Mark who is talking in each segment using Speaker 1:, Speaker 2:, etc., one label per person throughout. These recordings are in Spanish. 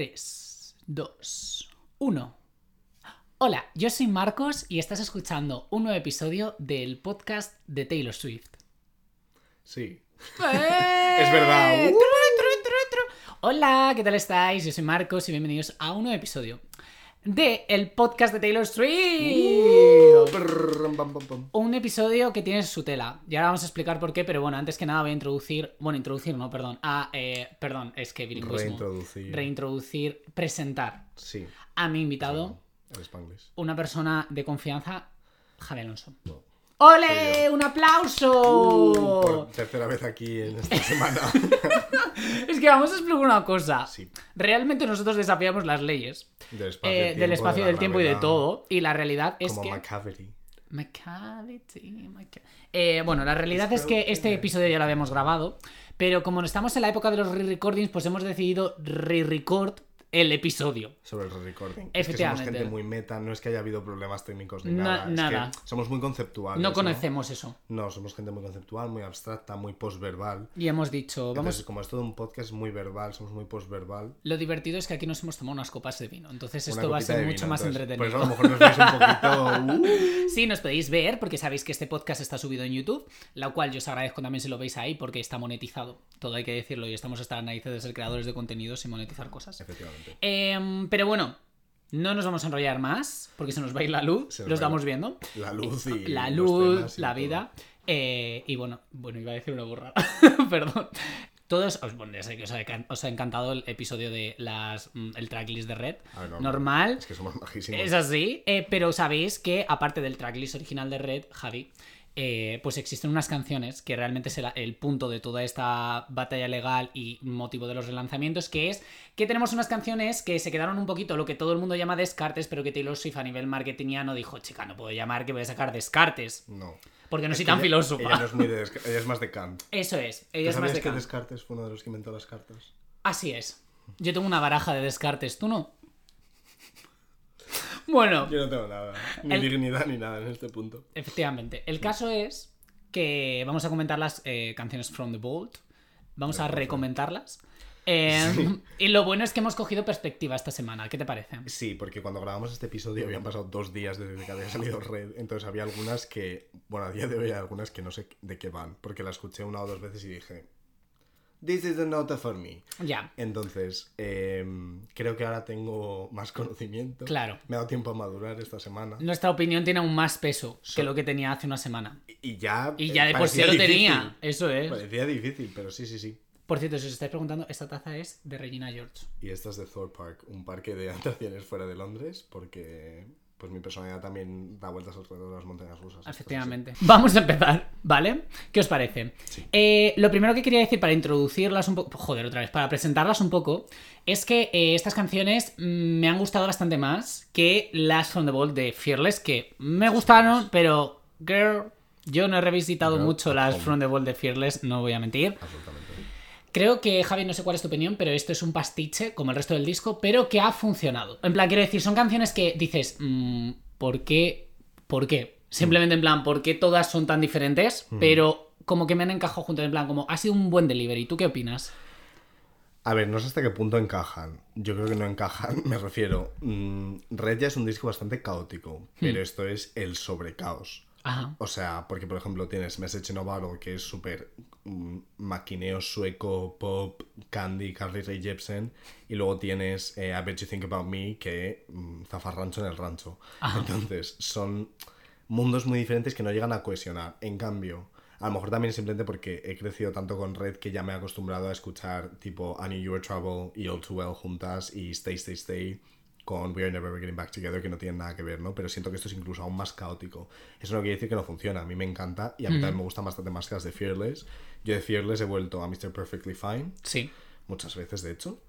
Speaker 1: 3, 2, 1. Hola, yo soy Marcos y estás escuchando un nuevo episodio del podcast de Taylor Swift.
Speaker 2: Sí. Es verdad.
Speaker 1: ¡Eh!
Speaker 2: Uh.
Speaker 1: Tru, tru, tru. Hola, ¿qué tal estáis? Yo soy Marcos y bienvenidos a un nuevo episodio de el podcast de Taylor
Speaker 2: Uh.
Speaker 1: Swift.
Speaker 2: Brrr, pam, pam, pam.
Speaker 1: Un episodio que tiene su tela. Y ahora vamos a explicar por qué, pero bueno, antes que nada voy a introducir. Bueno, introducir, no, perdón. A, eh, perdón, es que bilingüismo.
Speaker 2: Reintroducir.
Speaker 1: Reintroducir, presentar
Speaker 2: Sí.
Speaker 1: a mi invitado,
Speaker 2: El Spanglish.
Speaker 1: una persona de confianza, Javi Alonso.
Speaker 2: No.
Speaker 1: ¡Ole! ¡Un aplauso!
Speaker 2: Por tercera vez aquí en esta semana.
Speaker 1: Es que vamos a explicar una cosa.
Speaker 2: Sí. Ah,
Speaker 1: Realmente nosotros desafiamos las leyes
Speaker 2: Del espacio,
Speaker 1: eh, del espacio, del tiempo y de todo. Y la realidad es
Speaker 2: Como
Speaker 1: que...
Speaker 2: Macavery.
Speaker 1: Macavity, Maca- Eh, bueno, la realidad es
Speaker 2: Está
Speaker 1: que este
Speaker 2: bien.
Speaker 1: episodio ya lo habíamos grabado, pero como estamos en la época de los re-recordings, pues hemos decidido re-record el episodio.
Speaker 2: Sobre el recording.
Speaker 1: Efectivamente.
Speaker 2: Es que somos gente muy meta, no es que haya habido problemas técnicos ni
Speaker 1: Na-
Speaker 2: nada. es
Speaker 1: nada.
Speaker 2: que somos muy conceptuales.
Speaker 1: No conocemos eso.
Speaker 2: No, somos gente muy conceptual, muy abstracta, muy postverbal.
Speaker 1: Y hemos dicho, Pues vamos...
Speaker 2: Entonces, como es todo un podcast muy verbal, somos muy postverbal.
Speaker 1: Lo divertido es que aquí nos hemos tomado unas copas de vino, entonces
Speaker 2: una
Speaker 1: esto va a
Speaker 2: copita
Speaker 1: ser
Speaker 2: de
Speaker 1: mucho
Speaker 2: vino,
Speaker 1: más
Speaker 2: entonces, Pues
Speaker 1: entretenido.
Speaker 2: Por eso a lo mejor nos veis un poquito. uh,
Speaker 1: Sí, nos podéis ver porque sabéis que este podcast está subido en YouTube, la cual yo os agradezco también si lo veis ahí porque está monetizado. Todo hay que decirlo y estamos hasta las narices de ser creadores de contenidos y monetizar cosas.
Speaker 2: Efectivamente.
Speaker 1: Em, pero bueno, no nos vamos a enrollar más porque se nos va a ir la luz,
Speaker 2: Se
Speaker 1: lo
Speaker 2: nos va a ir.
Speaker 1: estamos viendo.
Speaker 2: La luz y.
Speaker 1: la
Speaker 2: los
Speaker 1: luz,
Speaker 2: temas y
Speaker 1: la
Speaker 2: todo.
Speaker 1: vida. eh, y bueno, bueno, iba a decir una burrada, perdón. Todos, os, bueno, ya sé que os ha, encan- os ha encantado el episodio de las, mm, el tracklist de Red.
Speaker 2: Ah, no,
Speaker 1: Normal.
Speaker 2: Es que somos majísimos.
Speaker 1: Es así, eh, pero sabéis que aparte del tracklist original de Red, Javi, eh, pues existen unas canciones que realmente es el, el punto de toda esta batalla legal y motivo de los relanzamientos, que es que tenemos unas canciones que se quedaron un poquito lo que todo el mundo llama descartes, pero que Taylor Swift a nivel marketingiano dijo, chica, no puedo llamar que voy a sacar descartes,
Speaker 2: No.
Speaker 1: porque no soy
Speaker 2: Es que
Speaker 1: tan
Speaker 2: ella-
Speaker 1: filósofa.
Speaker 2: Ella, no es muy de Desca- ella es más de Kant.
Speaker 1: Eso es,
Speaker 2: ¿Tú
Speaker 1: ella es más
Speaker 2: sabías
Speaker 1: de
Speaker 2: que
Speaker 1: Kant.
Speaker 2: Descartes fue uno de los que inventó las cartas?
Speaker 1: Así es. Yo tengo una baraja de descartes, ¿tú no? Bueno,
Speaker 2: Yo no tengo nada. Ni
Speaker 1: El-
Speaker 2: dignidad ni nada en este punto.
Speaker 1: Efectivamente. El caso es que vamos a comentar las eh, canciones From the Vault. Vamos a recomendarlas. Eh, Y lo bueno es que hemos cogido perspectiva esta semana. ¿Qué te parece?
Speaker 2: Sí, porque cuando grabamos este episodio habían pasado dos días desde que había salido Red. Entonces había algunas que. Bueno, a día de hoy hay algunas que no sé de qué van. Porque la escuché una o dos veces y dije. This is a nota for me.
Speaker 1: Ya.
Speaker 2: Entonces, em, creo que ahora tengo más conocimiento.
Speaker 1: Claro.
Speaker 2: Me ha dado tiempo a madurar esta semana.
Speaker 1: Nuestra opinión tiene aún más peso que
Speaker 2: Sí.
Speaker 1: lo que tenía hace una semana.
Speaker 2: Y- Y ya.
Speaker 1: Y
Speaker 2: eh,
Speaker 1: ya de por sí
Speaker 2: parecía
Speaker 1: lo
Speaker 2: difícil.
Speaker 1: tenía. Eso es.
Speaker 2: Parecía difícil, pero sí, sí, sí.
Speaker 1: Por cierto, si os estáis preguntando, esta taza es de Regina George.
Speaker 2: Y esta es de Thor Park, un parque de atracciones fuera de Londres, porque pues mi personalidad también da vueltas alrededor de las montañas rusas.
Speaker 1: Efectivamente. Vamos a empezar, ¿vale? ¿Qué os parece?
Speaker 2: Sí.
Speaker 1: Eh, lo primero que quería decir para introducirlas un poco, joder, otra vez, para presentarlas un poco, es que eh, estas canciones mm, me han gustado bastante más que las From the Vault de Fearless, que me gustaron, pero, girl, yo no he revisitado
Speaker 2: Girl,
Speaker 1: mucho las
Speaker 2: home.
Speaker 1: From the Vault de Fearless, no voy a mentir.
Speaker 2: Entonces, absolutamente.
Speaker 1: Creo que, Javi, no sé cuál es tu opinión, pero esto es un pastiche, como el resto del disco, pero que ha funcionado. En plan, quiero decir, son canciones que dices, mm, ¿por qué? ¿Por qué? Simplemente en plan, ¿por qué todas son tan diferentes? Pero como que me han encajado juntas, en plan, como ha sido un buen delivery. ¿Tú qué opinas?
Speaker 2: A ver, no sé hasta qué punto encajan. Yo creo que no encajan, me refiero. mm, Red ya es un disco bastante caótico,
Speaker 1: Hmm.
Speaker 2: pero esto es el sobrecaos.
Speaker 1: Ajá.
Speaker 2: O sea, porque por ejemplo tienes Message in a Bottle, que es súper mm, maquineo sueco, pop, candy, Carly Rae Jepsen. Y luego tienes eh, I Bet You Think About Me, que mm, zafarrancho en el rancho. Entonces, son mundos muy diferentes que no llegan a cohesionar. En cambio, a lo mejor también simplemente porque he crecido tanto con Red que ya me he acostumbrado a escuchar tipo I Knew You Were Trouble y All Too Well juntas y Stay, Stay, Stay con We Are Never Getting Back Together que no tienen nada que ver, ¿no? Pero siento que esto es incluso aún más caótico. Eso no quiere decir que no funciona. A mí me encanta
Speaker 1: Mm.
Speaker 2: y a mí también me gustan bastante más que las de Fearless. Yo de Fearless he vuelto a Mr. Perfectly Fine
Speaker 1: Sí.
Speaker 2: muchas veces, de hecho.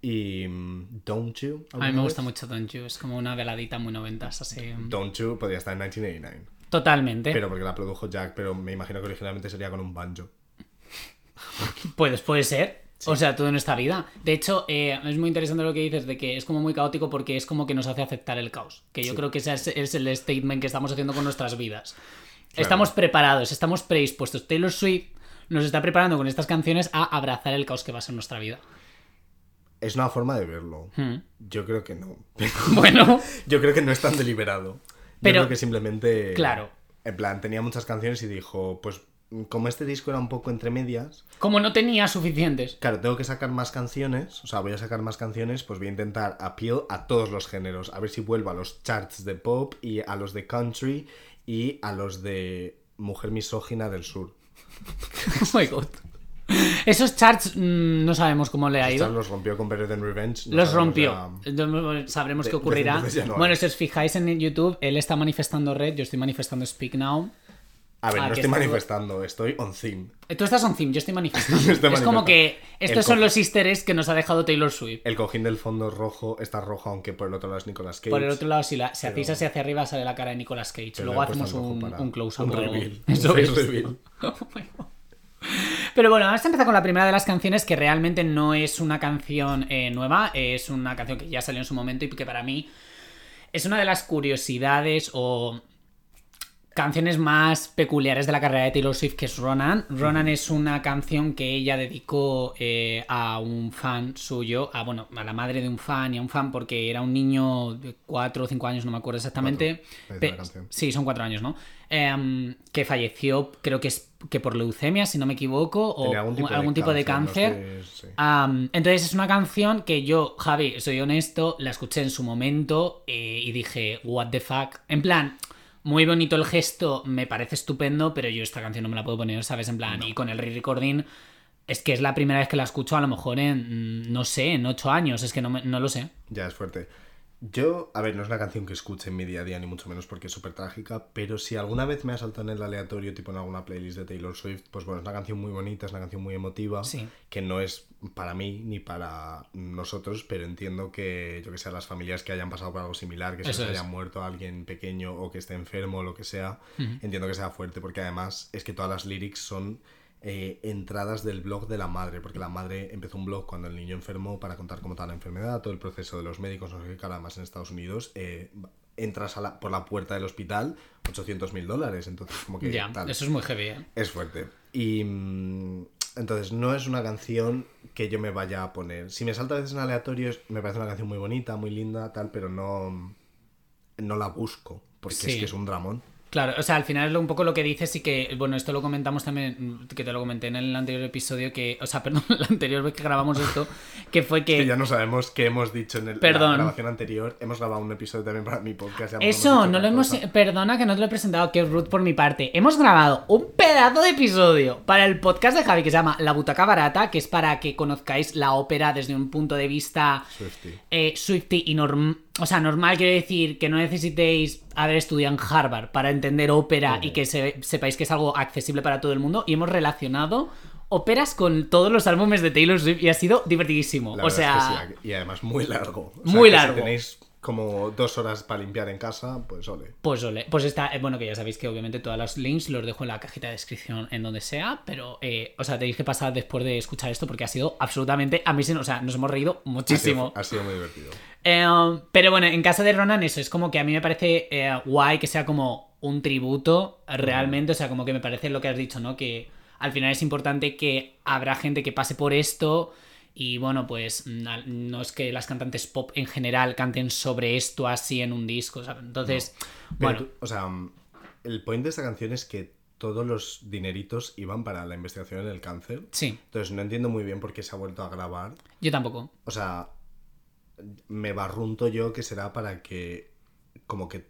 Speaker 2: Y mm, Don't You.
Speaker 1: A mí me
Speaker 2: alguna
Speaker 1: gusta
Speaker 2: vez?
Speaker 1: mucho Don't You. Es como una veladita muy noventas, así.
Speaker 2: Don't You podría estar en 1989.
Speaker 1: Totalmente.
Speaker 2: Pero porque la produjo Jack, pero me imagino que originalmente sería con un banjo.
Speaker 1: Pues puede ser. O sea, todo en esta vida. De hecho, eh, es muy interesante lo que dices de que es como muy caótico porque es como que nos hace aceptar el caos. Que yo
Speaker 2: Sí.
Speaker 1: creo que ese es, es el statement que estamos haciendo con nuestras vidas. Estamos preparados, estamos predispuestos. Taylor Swift nos está preparando con estas canciones a abrazar el caos que va a ser nuestra vida.
Speaker 2: Es una forma de verlo.
Speaker 1: Hmm.
Speaker 2: Yo creo que no.
Speaker 1: Bueno,
Speaker 2: Yo creo que no es tan deliberado.
Speaker 1: Pero-
Speaker 2: Yo creo que simplemente.
Speaker 1: Claro.
Speaker 2: En plan, tenía muchas canciones y dijo, pues como este disco era un poco entre medias,
Speaker 1: como no tenía suficientes.
Speaker 2: Claro, tengo que sacar más canciones, o sea, voy a sacar más canciones, pues voy a intentar appeal a todos los géneros, a ver si vuelvo a los charts de pop y a los de country y a los de mujer misógina del sur.
Speaker 1: Oh my god. Esos charts mm, no sabemos cómo le ha
Speaker 2: Charts
Speaker 1: ido.
Speaker 2: los rompió con Better Than Revenge. no
Speaker 1: Los
Speaker 2: sabemos
Speaker 1: rompió.
Speaker 2: ya-
Speaker 1: Entonces, Sabremos
Speaker 2: de-
Speaker 1: qué ocurrirá.
Speaker 2: desde entonces ya no hay.
Speaker 1: Bueno, si os fijáis en YouTube, él está manifestando Red, yo estoy manifestando Speak Now.
Speaker 2: A ver,
Speaker 1: Ah,
Speaker 2: no
Speaker 1: que
Speaker 2: estoy
Speaker 1: está-
Speaker 2: manifestando, estoy on theme.
Speaker 1: Tú estás on theme, yo estoy manifestando.
Speaker 2: Yo estoy
Speaker 1: es como
Speaker 2: manifestando.
Speaker 1: que estos
Speaker 2: El
Speaker 1: son
Speaker 2: co-
Speaker 1: los easter eggs que nos ha dejado Taylor Swift.
Speaker 2: El cojín del fondo rojo está rojo, aunque por el otro lado es Nicolas Cage.
Speaker 1: Por el otro lado, si la, se
Speaker 2: Pero-
Speaker 1: atizas hacia arriba, sale la cara de Nicolas Cage.
Speaker 2: Pero
Speaker 1: Luego
Speaker 2: le he puesto
Speaker 1: hacemos
Speaker 2: el rojo
Speaker 1: un,
Speaker 2: para-
Speaker 1: un close-up.
Speaker 2: un
Speaker 1: o algo.
Speaker 2: reveal, un
Speaker 1: Eso
Speaker 2: face
Speaker 1: es.
Speaker 2: reveal.
Speaker 1: Oh my God. Pero bueno, vamos a empezar con la primera de las canciones que realmente no es una canción eh, nueva, es una canción que ya salió en su momento y que para mí es una de las curiosidades o canciones más peculiares de la carrera de Taylor Swift, que es Ronan. Ronan es una canción que ella dedicó eh, a un fan suyo, a bueno, a la madre de un fan y a un fan, porque era un niño de 4 o 5 años, no me acuerdo exactamente.
Speaker 2: Ahí está
Speaker 1: Pe-
Speaker 2: la canción.
Speaker 1: sí, son 4 años, ¿no? Em, que falleció, creo que es que por leucemia, si no me equivoco, o
Speaker 2: Tenía algún tipo, de,
Speaker 1: cáncer.
Speaker 2: no estoy- sí.
Speaker 1: Am, entonces es una canción que yo, Javi, soy honesto, la escuché en su momento eh, y dije, what the fuck. En plan, muy bonito el gesto, me parece estupendo, pero yo esta canción no me la puedo poner, ¿sabes? En plan, y con el re-recording, es que es la primera vez que la escucho, a lo mejor en, mm, no sé, en ocho años, es que no, me- no lo sé.
Speaker 2: Ya es fuerte. Yo, a ver, no es una canción que escuche en mi día a día, ni mucho menos porque es súper trágica, pero si alguna vez me ha saltado en el aleatorio, tipo en alguna playlist de Taylor Swift, pues bueno, es una canción muy bonita, es una canción muy emotiva,
Speaker 1: Sí.
Speaker 2: que no es para mí ni para nosotros, pero entiendo que, yo que sé, a las familias que hayan pasado por algo similar, que se les
Speaker 1: Eso es.
Speaker 2: haya muerto alguien pequeño o que esté enfermo o lo que sea, entiendo que sea fuerte, porque además es que todas las lyrics son... eh, entradas del blog de la madre, porque la madre empezó un blog cuando el niño enfermó para contar cómo estaba la enfermedad, todo el proceso de los médicos, no sé qué, claro, además en Estados Unidos eh, entras a la- por la puerta del hospital 800 mil dólares, entonces como que
Speaker 1: ya,
Speaker 2: tal.
Speaker 1: eso es muy heavy, ¿eh?
Speaker 2: Es fuerte. Y mm, entonces no es una canción que yo me vaya a poner. Si me salta a veces en aleatorios, me parece una canción muy bonita, muy linda, tal, pero no, no la busco. Porque es
Speaker 1: Sí.
Speaker 2: que es un dramón.
Speaker 1: Claro, o sea, al final es un poco lo que dices y que, bueno, esto lo comentamos también, mm, que te lo comenté en el anterior episodio, que, o sea, perdón, la anterior vez que grabamos esto, que fue que...
Speaker 2: Que ya no sabemos qué hemos dicho en el,
Speaker 1: Eh, Perdón.
Speaker 2: la grabación anterior. Hemos grabado un episodio también para mi podcast. y a lo mejor hemos
Speaker 1: Eso,
Speaker 2: dicho
Speaker 1: no lo
Speaker 2: otra
Speaker 1: hemos.
Speaker 2: cosa.
Speaker 1: Perdona que no te lo he presentado, que es Ruth por mi parte. Hemos grabado un pedazo de episodio para el podcast de Javi que se llama La Butaca Barata, que es para que conozcáis la ópera desde un punto de vista
Speaker 2: Swiftie.
Speaker 1: eh, Swiftie y normal. O sea, normal quiere decir que no necesitéis haber estudiado en Harvard para entender ópera y que se- sepáis que es algo accesible para todo el mundo. Y hemos relacionado óperas con todos los álbumes de Taylor Swift y ha sido divertidísimo.
Speaker 2: La
Speaker 1: o
Speaker 2: verdad
Speaker 1: sea.
Speaker 2: es que sí, y además muy largo. O sea,
Speaker 1: Muy
Speaker 2: que
Speaker 1: largo.
Speaker 2: Si tenéis como dos horas para limpiar en casa, pues ole.
Speaker 1: Pues ole, pues está, eh, bueno, que ya sabéis que obviamente todos los links los dejo en la cajita de descripción en donde sea, pero, eh, o sea, tenéis que pasar después de escuchar esto porque ha sido absolutamente amazing, o sea, nos hemos reído
Speaker 2: Ha sido-
Speaker 1: muchísimo.
Speaker 2: ha sido muy divertido.
Speaker 1: Eh, pero bueno, en casa de Ronan eso, es como que a mí me parece eh, guay que sea como un tributo realmente, o sea, como que me parece lo que has dicho, ¿no? Que al final es importante que habrá gente que pase por esto y bueno, pues mm, al- no es que las cantantes pop en general canten sobre esto así en un disco, ¿sabes? Entonces,
Speaker 2: Pero
Speaker 1: bueno.
Speaker 2: tú- o sea, mm, el point de esta canción es que todos los dineritos iban para la investigación en el cáncer.
Speaker 1: Sí,
Speaker 2: Entonces no entiendo muy bien por qué se ha vuelto a grabar.
Speaker 1: yo tampoco.
Speaker 2: O sea, me barrunto yo que será para que, como que,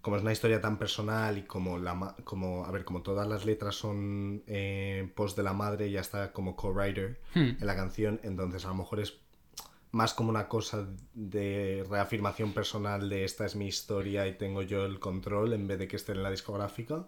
Speaker 2: como es una historia tan personal y como la, ma- como, a ver, como todas las letras son eh, post de la madre y ya está como co-writer
Speaker 1: Hmm.
Speaker 2: en la canción, entonces a lo mejor es más como una cosa de reafirmación personal de esta es mi historia y tengo yo el control en vez de que esté en la discográfica.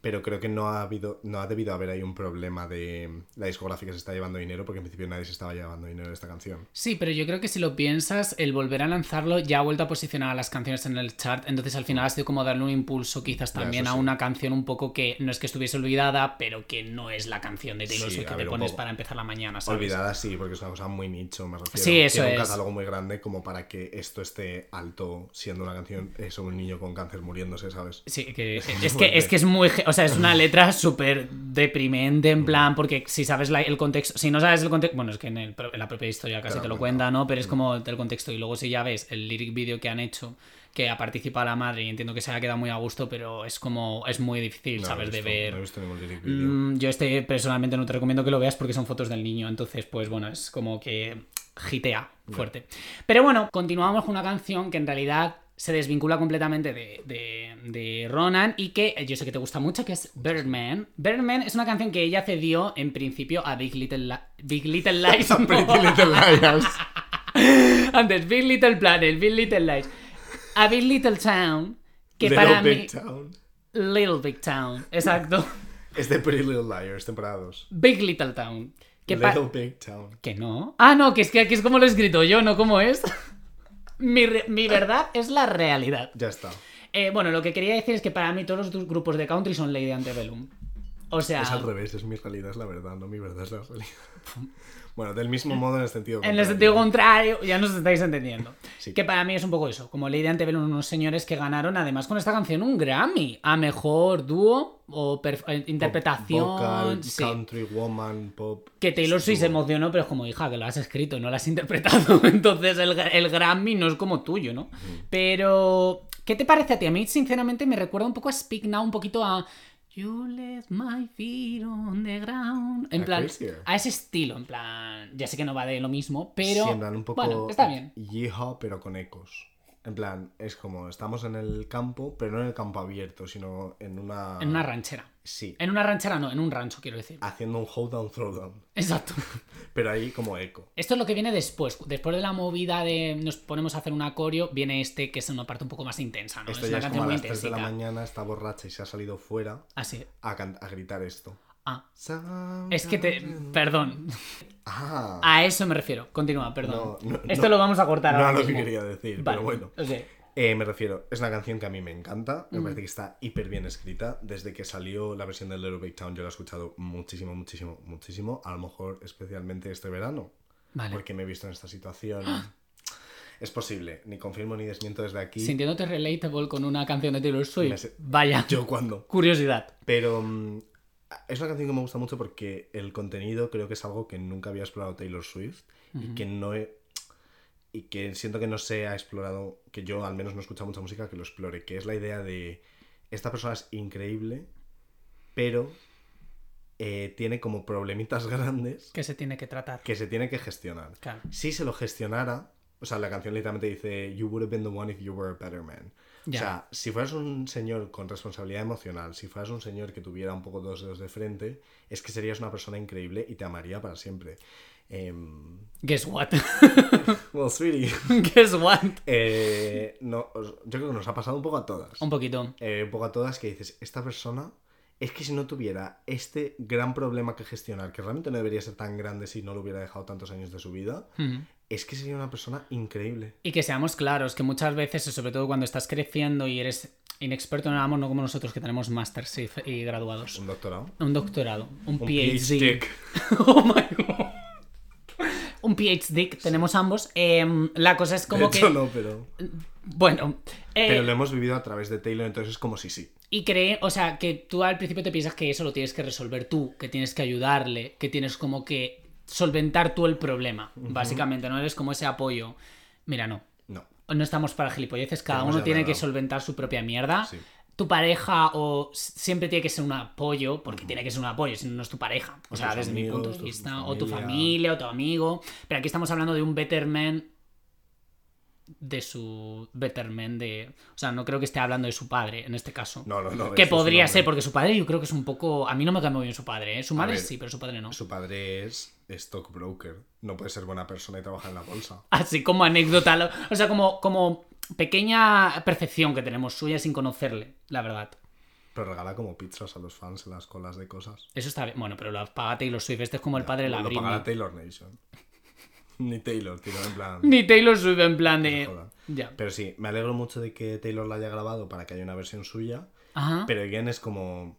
Speaker 2: Pero creo que no ha habido, no ha debido haber ahí un problema de la discográfica se está llevando dinero, porque en principio nadie se estaba llevando dinero de esta canción.
Speaker 1: Sí, pero yo creo que si lo piensas, el volver a lanzarlo ya ha vuelto a posicionar a las canciones en el chart, entonces al final ha sido como darle un impulso quizás
Speaker 2: Ya,
Speaker 1: también
Speaker 2: eso
Speaker 1: a
Speaker 2: sí.
Speaker 1: una canción un poco que no es que estuviese olvidada, pero que no es la canción de Taylor
Speaker 2: Sí,
Speaker 1: Swift
Speaker 2: a
Speaker 1: que
Speaker 2: ver,
Speaker 1: te
Speaker 2: un
Speaker 1: pones
Speaker 2: poco
Speaker 1: para empezar la mañana, ¿sabes?
Speaker 2: Olvidada sí, porque es una cosa muy nicho, me refiero.
Speaker 1: Sí, eso
Speaker 2: Tiene
Speaker 1: es.
Speaker 2: un catálogo muy grande como para que esto esté alto, siendo una canción eh, sobre un niño con cáncer muriéndose, ¿sabes?
Speaker 1: Sí, que es que es que es muy, ge- o sea, es una letra súper deprimente, en plan, porque si sabes la- el contexto, si no sabes el contexto, bueno, es que en, el pro- en la propia historia casi
Speaker 2: Claro,
Speaker 1: te lo
Speaker 2: bueno.
Speaker 1: cuenta, ¿no? Pero es como el contexto. Y luego si ya ves el lyric video que han hecho, que ha participado la madre, y entiendo que se ha quedado muy a gusto, pero es como, es muy difícil,
Speaker 2: No,
Speaker 1: ¿sabes?
Speaker 2: he
Speaker 1: De
Speaker 2: visto-
Speaker 1: ver.
Speaker 2: No he visto ningún lyric video.
Speaker 1: Mm, yo este personalmente no te recomiendo que lo veas porque son fotos del niño, entonces pues bueno, es como que gitea fuerte. Pero bueno, continuamos con una canción que en realidad se desvincula completamente de, de- de Ronan y que eh, yo sé que te gusta mucho, que es Birdman. Birdman es una canción que ella cedió en principio a Big Little, Li- Big Little Lies. no.
Speaker 2: Pretty Little Liars.
Speaker 1: Antes, Big Little Planet, Big Little Lies. A Big Little Town, que
Speaker 2: Little
Speaker 1: para
Speaker 2: Big
Speaker 1: mí...
Speaker 2: Town.
Speaker 1: Little Big Town, exacto.
Speaker 2: Es de Pretty Little Liars, temporada 2.
Speaker 1: Big Little Town. Que pa-
Speaker 2: Little Big Town.
Speaker 1: Que no. Ah, no, que es que aquí es como lo he escrito yo, ¿no? ¿Cómo es? Mi, re- mi verdad es la realidad.
Speaker 2: Ya está.
Speaker 1: Eh, bueno, lo que quería decir es que para mí todos los dos grupos de country son Lady Antebellum. O sea,
Speaker 2: Es al revés, es mi realidad, es la verdad, no mi verdad es la realidad. Bueno, del mismo modo en el sentido.
Speaker 1: en el
Speaker 2: contrario.
Speaker 1: sentido contrario, ya nos estáis entendiendo.
Speaker 2: Sí.
Speaker 1: Que para mí es un poco eso, como Lady Antebellum, unos señores que ganaron además con esta canción un Grammy a mejor dúo o perf- eh, interpretación.
Speaker 2: Vocal,
Speaker 1: sí.
Speaker 2: country, woman, pop.
Speaker 1: Que Taylor Swift se emocionó, pero es como, hija, que lo has escrito, no lo has interpretado. Entonces el, el Grammy no es como tuyo, ¿no?
Speaker 2: Mm.
Speaker 1: Pero, ¿qué te parece a ti? A mí, sinceramente, me recuerda un poco a Speak Now, un poquito a. You left my feet on the ground. En
Speaker 2: A
Speaker 1: plan,
Speaker 2: Crazier.
Speaker 1: a ese estilo, en plan. Ya sé que no va de lo mismo, pero.
Speaker 2: Sí, en plan, un poco.
Speaker 1: Bueno, está bien.
Speaker 2: Yeehaw, pero con ecos. En plan, es como, estamos en el campo, pero no en el campo abierto, sino en una.
Speaker 1: En una ranchera.
Speaker 2: Sí.
Speaker 1: En una ranchera no, en un rancho, quiero decir.
Speaker 2: Haciendo un hold down, throwdown.
Speaker 1: Exacto.
Speaker 2: Pero ahí como eco.
Speaker 1: Esto es lo que viene después. Después de la movida de nos ponemos a hacer un acorio, viene este que es una parte un poco más intensa, ¿no?
Speaker 2: Esto
Speaker 1: es
Speaker 2: ya
Speaker 1: una
Speaker 2: es
Speaker 1: canción
Speaker 2: como a
Speaker 1: muy Ah,
Speaker 2: las 3 de la
Speaker 1: intensica.
Speaker 2: mañana, está borracha y se ha salido fuera
Speaker 1: Así.
Speaker 2: a, can- a gritar esto.
Speaker 1: Ah. Es que te. Perdón.
Speaker 2: Ah,
Speaker 1: A eso me refiero. Continúa, perdón.
Speaker 2: No, no,
Speaker 1: Esto
Speaker 2: no.
Speaker 1: lo vamos a cortar
Speaker 2: no
Speaker 1: ahora.
Speaker 2: era lo que
Speaker 1: mismo.
Speaker 2: quería decir,
Speaker 1: Vale.
Speaker 2: pero bueno.
Speaker 1: O sea,
Speaker 2: Eh, me refiero, es una canción que a mí me encanta, me
Speaker 1: Mm.
Speaker 2: parece que está hiper bien escrita. Desde que salió la versión de Little Big Town yo la he escuchado muchísimo, muchísimo, muchísimo. A lo mejor especialmente este verano,
Speaker 1: vale. Ah.
Speaker 2: porque me he visto en esta situación. Es posible, ni confirmo ni desmiento desde aquí.
Speaker 1: Sintiéndote relatable con una canción de Taylor
Speaker 2: Me
Speaker 1: Swift.
Speaker 2: sé-
Speaker 1: Vaya.
Speaker 2: Yo cuando.
Speaker 1: Curiosidad.
Speaker 2: Pero mm, es una canción que me gusta mucho porque el contenido creo que es algo que nunca había explorado Taylor Swift y que no he- y que siento que no se ha explorado, que yo al menos no he escuchado mucha música que lo explore, que es la idea de esta persona es increíble, pero eh, tiene como problemitas grandes
Speaker 1: Que se tiene que tratar.
Speaker 2: que se tiene que gestionar.
Speaker 1: Claro.
Speaker 2: Si se lo gestionara, o sea, la canción literalmente dice You would have been the one if you were a better man.
Speaker 1: Ya.
Speaker 2: O sea, si fueras un señor con responsabilidad emocional, si fueras un señor que tuviera un poco dos dedos de frente, es que serías una persona increíble y te amaría para siempre. Em,
Speaker 1: Guess what?
Speaker 2: well, sweetie.
Speaker 1: Guess what?
Speaker 2: eh, no, os- yo creo que nos ha pasado un poco a todas.
Speaker 1: Un poquito.
Speaker 2: Eh, un poco a todas que dices, esta persona es que si no tuviera este gran problema que gestionar, que realmente no debería ser tan grande si no lo hubiera dejado tantos años de su vida,
Speaker 1: Mm.
Speaker 2: es que sería una persona increíble.
Speaker 1: Y que seamos claros, que muchas veces, sobre todo cuando estás creciendo y eres inexperto en el amor, no como nosotros que tenemos másters y, y graduados.
Speaker 2: Un doctorado.
Speaker 1: Un doctorado, un,
Speaker 2: Un
Speaker 1: PhD.
Speaker 2: PhD.
Speaker 1: Oh my god. Un PhD tenemos ambos. Em, la cosa es como
Speaker 2: de hecho,
Speaker 1: que.
Speaker 2: no, pero...
Speaker 1: Bueno. eh,
Speaker 2: Pero lo hemos vivido a través de Taylor, entonces es como si sí.
Speaker 1: Y cree, o sea, que tú al principio te piensas que eso lo tienes que resolver tú, que tienes que ayudarle, que tienes como que solventar tú el problema, básicamente, ¿no? Eres como ese apoyo. Mira, no.
Speaker 2: No.
Speaker 1: No estamos para gilipolleces, cada
Speaker 2: Tenemos
Speaker 1: uno
Speaker 2: ya
Speaker 1: tiene
Speaker 2: nada.
Speaker 1: que solventar su propia mierda.
Speaker 2: Sí.
Speaker 1: Tu pareja o s- siempre tiene que ser un apoyo, porque tiene que ser un apoyo, si no, no es tu pareja. O
Speaker 2: O
Speaker 1: sea,
Speaker 2: tus
Speaker 1: desde mi
Speaker 2: amigos,
Speaker 1: punto de
Speaker 2: tu
Speaker 1: vista, o tu
Speaker 2: familia.
Speaker 1: familia, o tu amigo. Pero aquí estamos hablando de un better man de su better man de... O sea, no creo que esté hablando de su padre en este caso.
Speaker 2: No, no, no.
Speaker 1: que
Speaker 2: eso es
Speaker 1: podría
Speaker 2: un
Speaker 1: ser,
Speaker 2: hombre.
Speaker 1: porque su padre yo creo que es un poco... A mí no me cae muy bien su padre, ¿eh? Su madre
Speaker 2: ver.
Speaker 1: sí, pero su padre no.
Speaker 2: Su padre es stockbroker. No puede ser buena persona y trabajar en la bolsa.
Speaker 1: Así como anécdota, lo- o sea, como, como pequeña percepción que tenemos suya sin conocerle, la verdad.
Speaker 2: Pero regala como pizzas a los fans en las colas de cosas.
Speaker 1: Eso está bien. Bueno, pero lo paga Taylor Swift, este es como el padre de la
Speaker 2: Lo
Speaker 1: Britney.
Speaker 2: pagará Taylor Nation. Ni Taylor, tío, en plan...
Speaker 1: Ni Taylor Swift en plan
Speaker 2: se
Speaker 1: de...
Speaker 2: jodan.
Speaker 1: Ya.
Speaker 2: Pero sí, me alegro mucho de que Taylor la haya grabado para que haya una versión suya.
Speaker 1: Ajá.
Speaker 2: Pero again es como...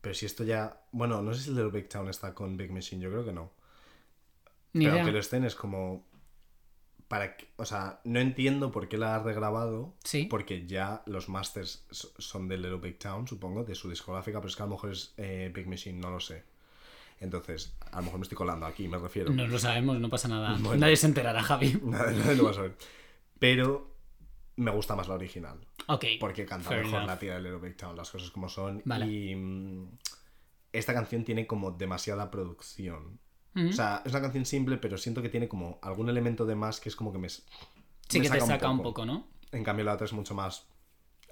Speaker 2: Pero si esto ya... Bueno, no sé si el Little Big Town está con Big Machine, yo creo que no.
Speaker 1: Ni
Speaker 2: pero
Speaker 1: idea.
Speaker 2: aunque lo estén, es como. para que- o sea, no entiendo por qué la ha regrabado,
Speaker 1: Sí.
Speaker 2: porque ya los masters so- son de Little Big Town, supongo, de su discográfica, pero es que a lo mejor es eh, Big Machine, no lo sé. Entonces, a lo mejor me estoy colando aquí, me refiero.
Speaker 1: No lo sabemos, no pasa nada. Nadie se enterará, Javi.
Speaker 2: Nadie- nadie lo va a saber. Pero me gusta más la original,
Speaker 1: Ok.
Speaker 2: porque canta
Speaker 1: Fair
Speaker 2: mejor
Speaker 1: enough.
Speaker 2: la tía de Little Big Town, las cosas como son.
Speaker 1: Vale.
Speaker 2: Y mm, esta canción tiene como demasiada producción.
Speaker 1: Ujú.
Speaker 2: O sea, es una canción simple, pero siento que tiene como algún elemento de más que es como que me,
Speaker 1: sí que
Speaker 2: me
Speaker 1: te
Speaker 2: saca un
Speaker 1: saca un
Speaker 2: poco.
Speaker 1: poco, ¿no?
Speaker 2: En cambio, la otra es mucho más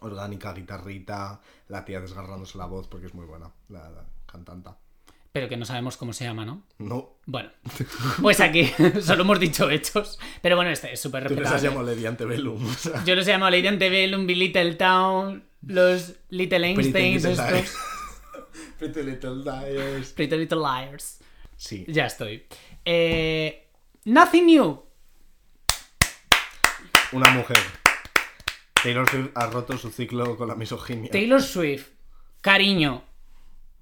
Speaker 2: orgánica, guitarrita, la tía desgarrándose la voz porque es muy buena, la, la cantanta.
Speaker 1: Pero que no sabemos cómo se llama, ¿no?
Speaker 2: No,
Speaker 1: Bueno, pues aquí solo hemos dicho hechos. Pero bueno, este es súper
Speaker 2: tú les has
Speaker 1: respetable.
Speaker 2: llamado Lady Antebellum. o sea,
Speaker 1: Yo los he llamado Lady Antebellum, Big Little Town, los Little
Speaker 2: Pretty
Speaker 1: Einsteins,
Speaker 2: Little
Speaker 1: estos.
Speaker 2: Liars. Pretty Little Liars.
Speaker 1: Pretty Little Liars.
Speaker 2: Sí,
Speaker 1: Ya estoy. Eh, nothing new.
Speaker 2: una mujer. Taylor Swift ha roto su ciclo con la misoginia.
Speaker 1: Taylor Swift, cariño,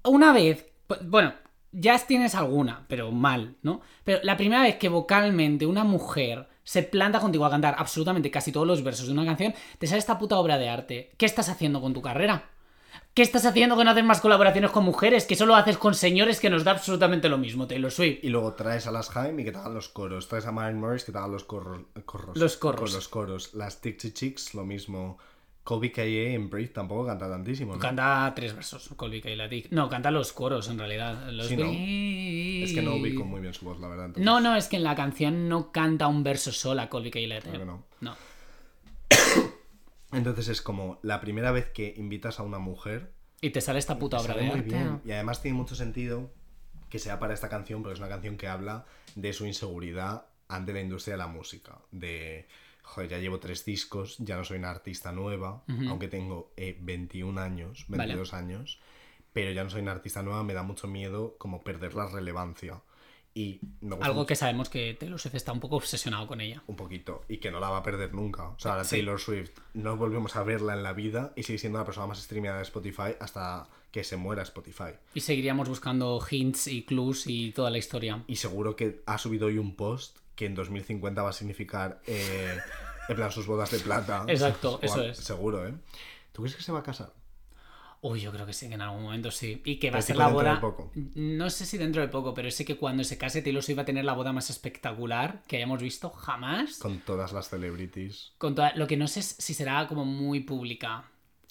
Speaker 1: una vez, pu- bueno, ya tienes alguna, pero mal, ¿no? Pero la primera vez que vocalmente una mujer se planta contigo a cantar absolutamente casi todos los versos de una canción, te sale esta puta obra de arte. ¿Qué estás haciendo con tu carrera? ¿Qué estás haciendo que no haces más colaboraciones con mujeres? Que solo haces con señores que nos da absolutamente lo mismo, Taylor Swift.
Speaker 2: Y luego traes a las Jaime y que te hagan los coros. Traes a Maren Morris que te hagan los corro- corros.
Speaker 1: Los corros.
Speaker 2: Con los coros. Las Tixie Chicks, lo mismo. Kobe Kaye en Breathe tampoco canta tantísimo. ¿no?
Speaker 1: Canta tres versos, Colby Kaylatic. No, canta los coros en realidad. Los
Speaker 2: Sí, ¿no? Es que no ubico muy bien su voz, la verdad. entonces-
Speaker 1: No, no, es que en la canción no canta un verso sola Colby Kaylet.
Speaker 2: Claro que no.
Speaker 1: No.
Speaker 2: Entonces es como la primera vez que invitas a una mujer.
Speaker 1: Y te sale esta puta obra
Speaker 2: sale
Speaker 1: de
Speaker 2: muy
Speaker 1: arte.
Speaker 2: bien. Y además tiene mucho sentido que sea para esta canción, porque es una canción que habla de su inseguridad ante la industria de la música. De, joder, ya llevo tres discos, ya no soy una artista nueva, aunque tengo eh, 21 años,
Speaker 1: Vale.
Speaker 2: 22 años, pero ya no soy una artista nueva, me da mucho miedo como perder la relevancia. Y me gusta
Speaker 1: Algo que sabemos que Taylor Swift está un poco obsesionado con ella.
Speaker 2: un poquito y que no la va a perder nunca. O sea, ahora
Speaker 1: Sí.
Speaker 2: Taylor Swift no volvemos a verla en la vida y sigue siendo la persona más streameada de Spotify hasta que se muera Spotify.
Speaker 1: Y seguiríamos buscando hints y clues y toda la historia.
Speaker 2: Y seguro que ha subido hoy un post que en 2050 va a significar eh, en plan sus bodas de plata.
Speaker 1: Exacto,
Speaker 2: O
Speaker 1: eso
Speaker 2: al-
Speaker 1: es.
Speaker 2: Seguro, ¿eh? ¿Tú crees que se va a casar?
Speaker 1: Uy, yo creo que sí, que en algún momento sí. Y que va a
Speaker 2: Pero
Speaker 1: ser
Speaker 2: tipo
Speaker 1: la
Speaker 2: dentro de
Speaker 1: boda.
Speaker 2: poco.
Speaker 1: No sé si dentro de poco, pero sé que cuando se case Taylor Swift va a tener la boda más espectacular que hayamos visto jamás.
Speaker 2: Con todas las celebrities.
Speaker 1: Con toda... Lo que no sé es si será como muy pública.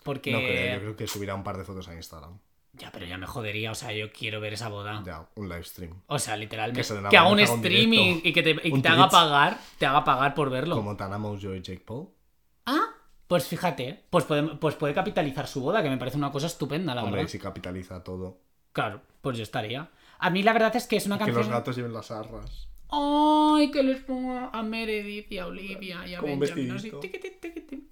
Speaker 1: Porque.
Speaker 2: No creo, yo creo que subirá un par de fotos a Instagram.
Speaker 1: Ya, pero ya me jodería. O sea, yo quiero ver esa boda.
Speaker 2: Ya, un live stream.
Speaker 1: O sea, literalmente.
Speaker 2: Que
Speaker 1: Que,
Speaker 2: se den la
Speaker 1: haga un
Speaker 2: bronca con
Speaker 1: streaming
Speaker 2: directo.
Speaker 1: y que te, y
Speaker 2: Un
Speaker 1: te haga
Speaker 2: Twitch.
Speaker 1: pagar. Te haga pagar por verlo.
Speaker 2: Como Tana Mojo y Jake Paul.
Speaker 1: Ah, pues fíjate. Pues puede, pues puede capitalizar su boda, que me parece una cosa estupenda, la
Speaker 2: Hombre,
Speaker 1: verdad.
Speaker 2: si capitaliza todo.
Speaker 1: Claro, pues yo estaría. A mí la verdad es que es una
Speaker 2: Que los
Speaker 1: canción.
Speaker 2: gatos lleven las arras.
Speaker 1: ¡Ay! Que les pongo a Meredith y a Olivia y a
Speaker 2: Como un
Speaker 1: Benjamin. no sé,
Speaker 2: vestidito.
Speaker 1: tiqui, tiqui, tiqui, tiqui.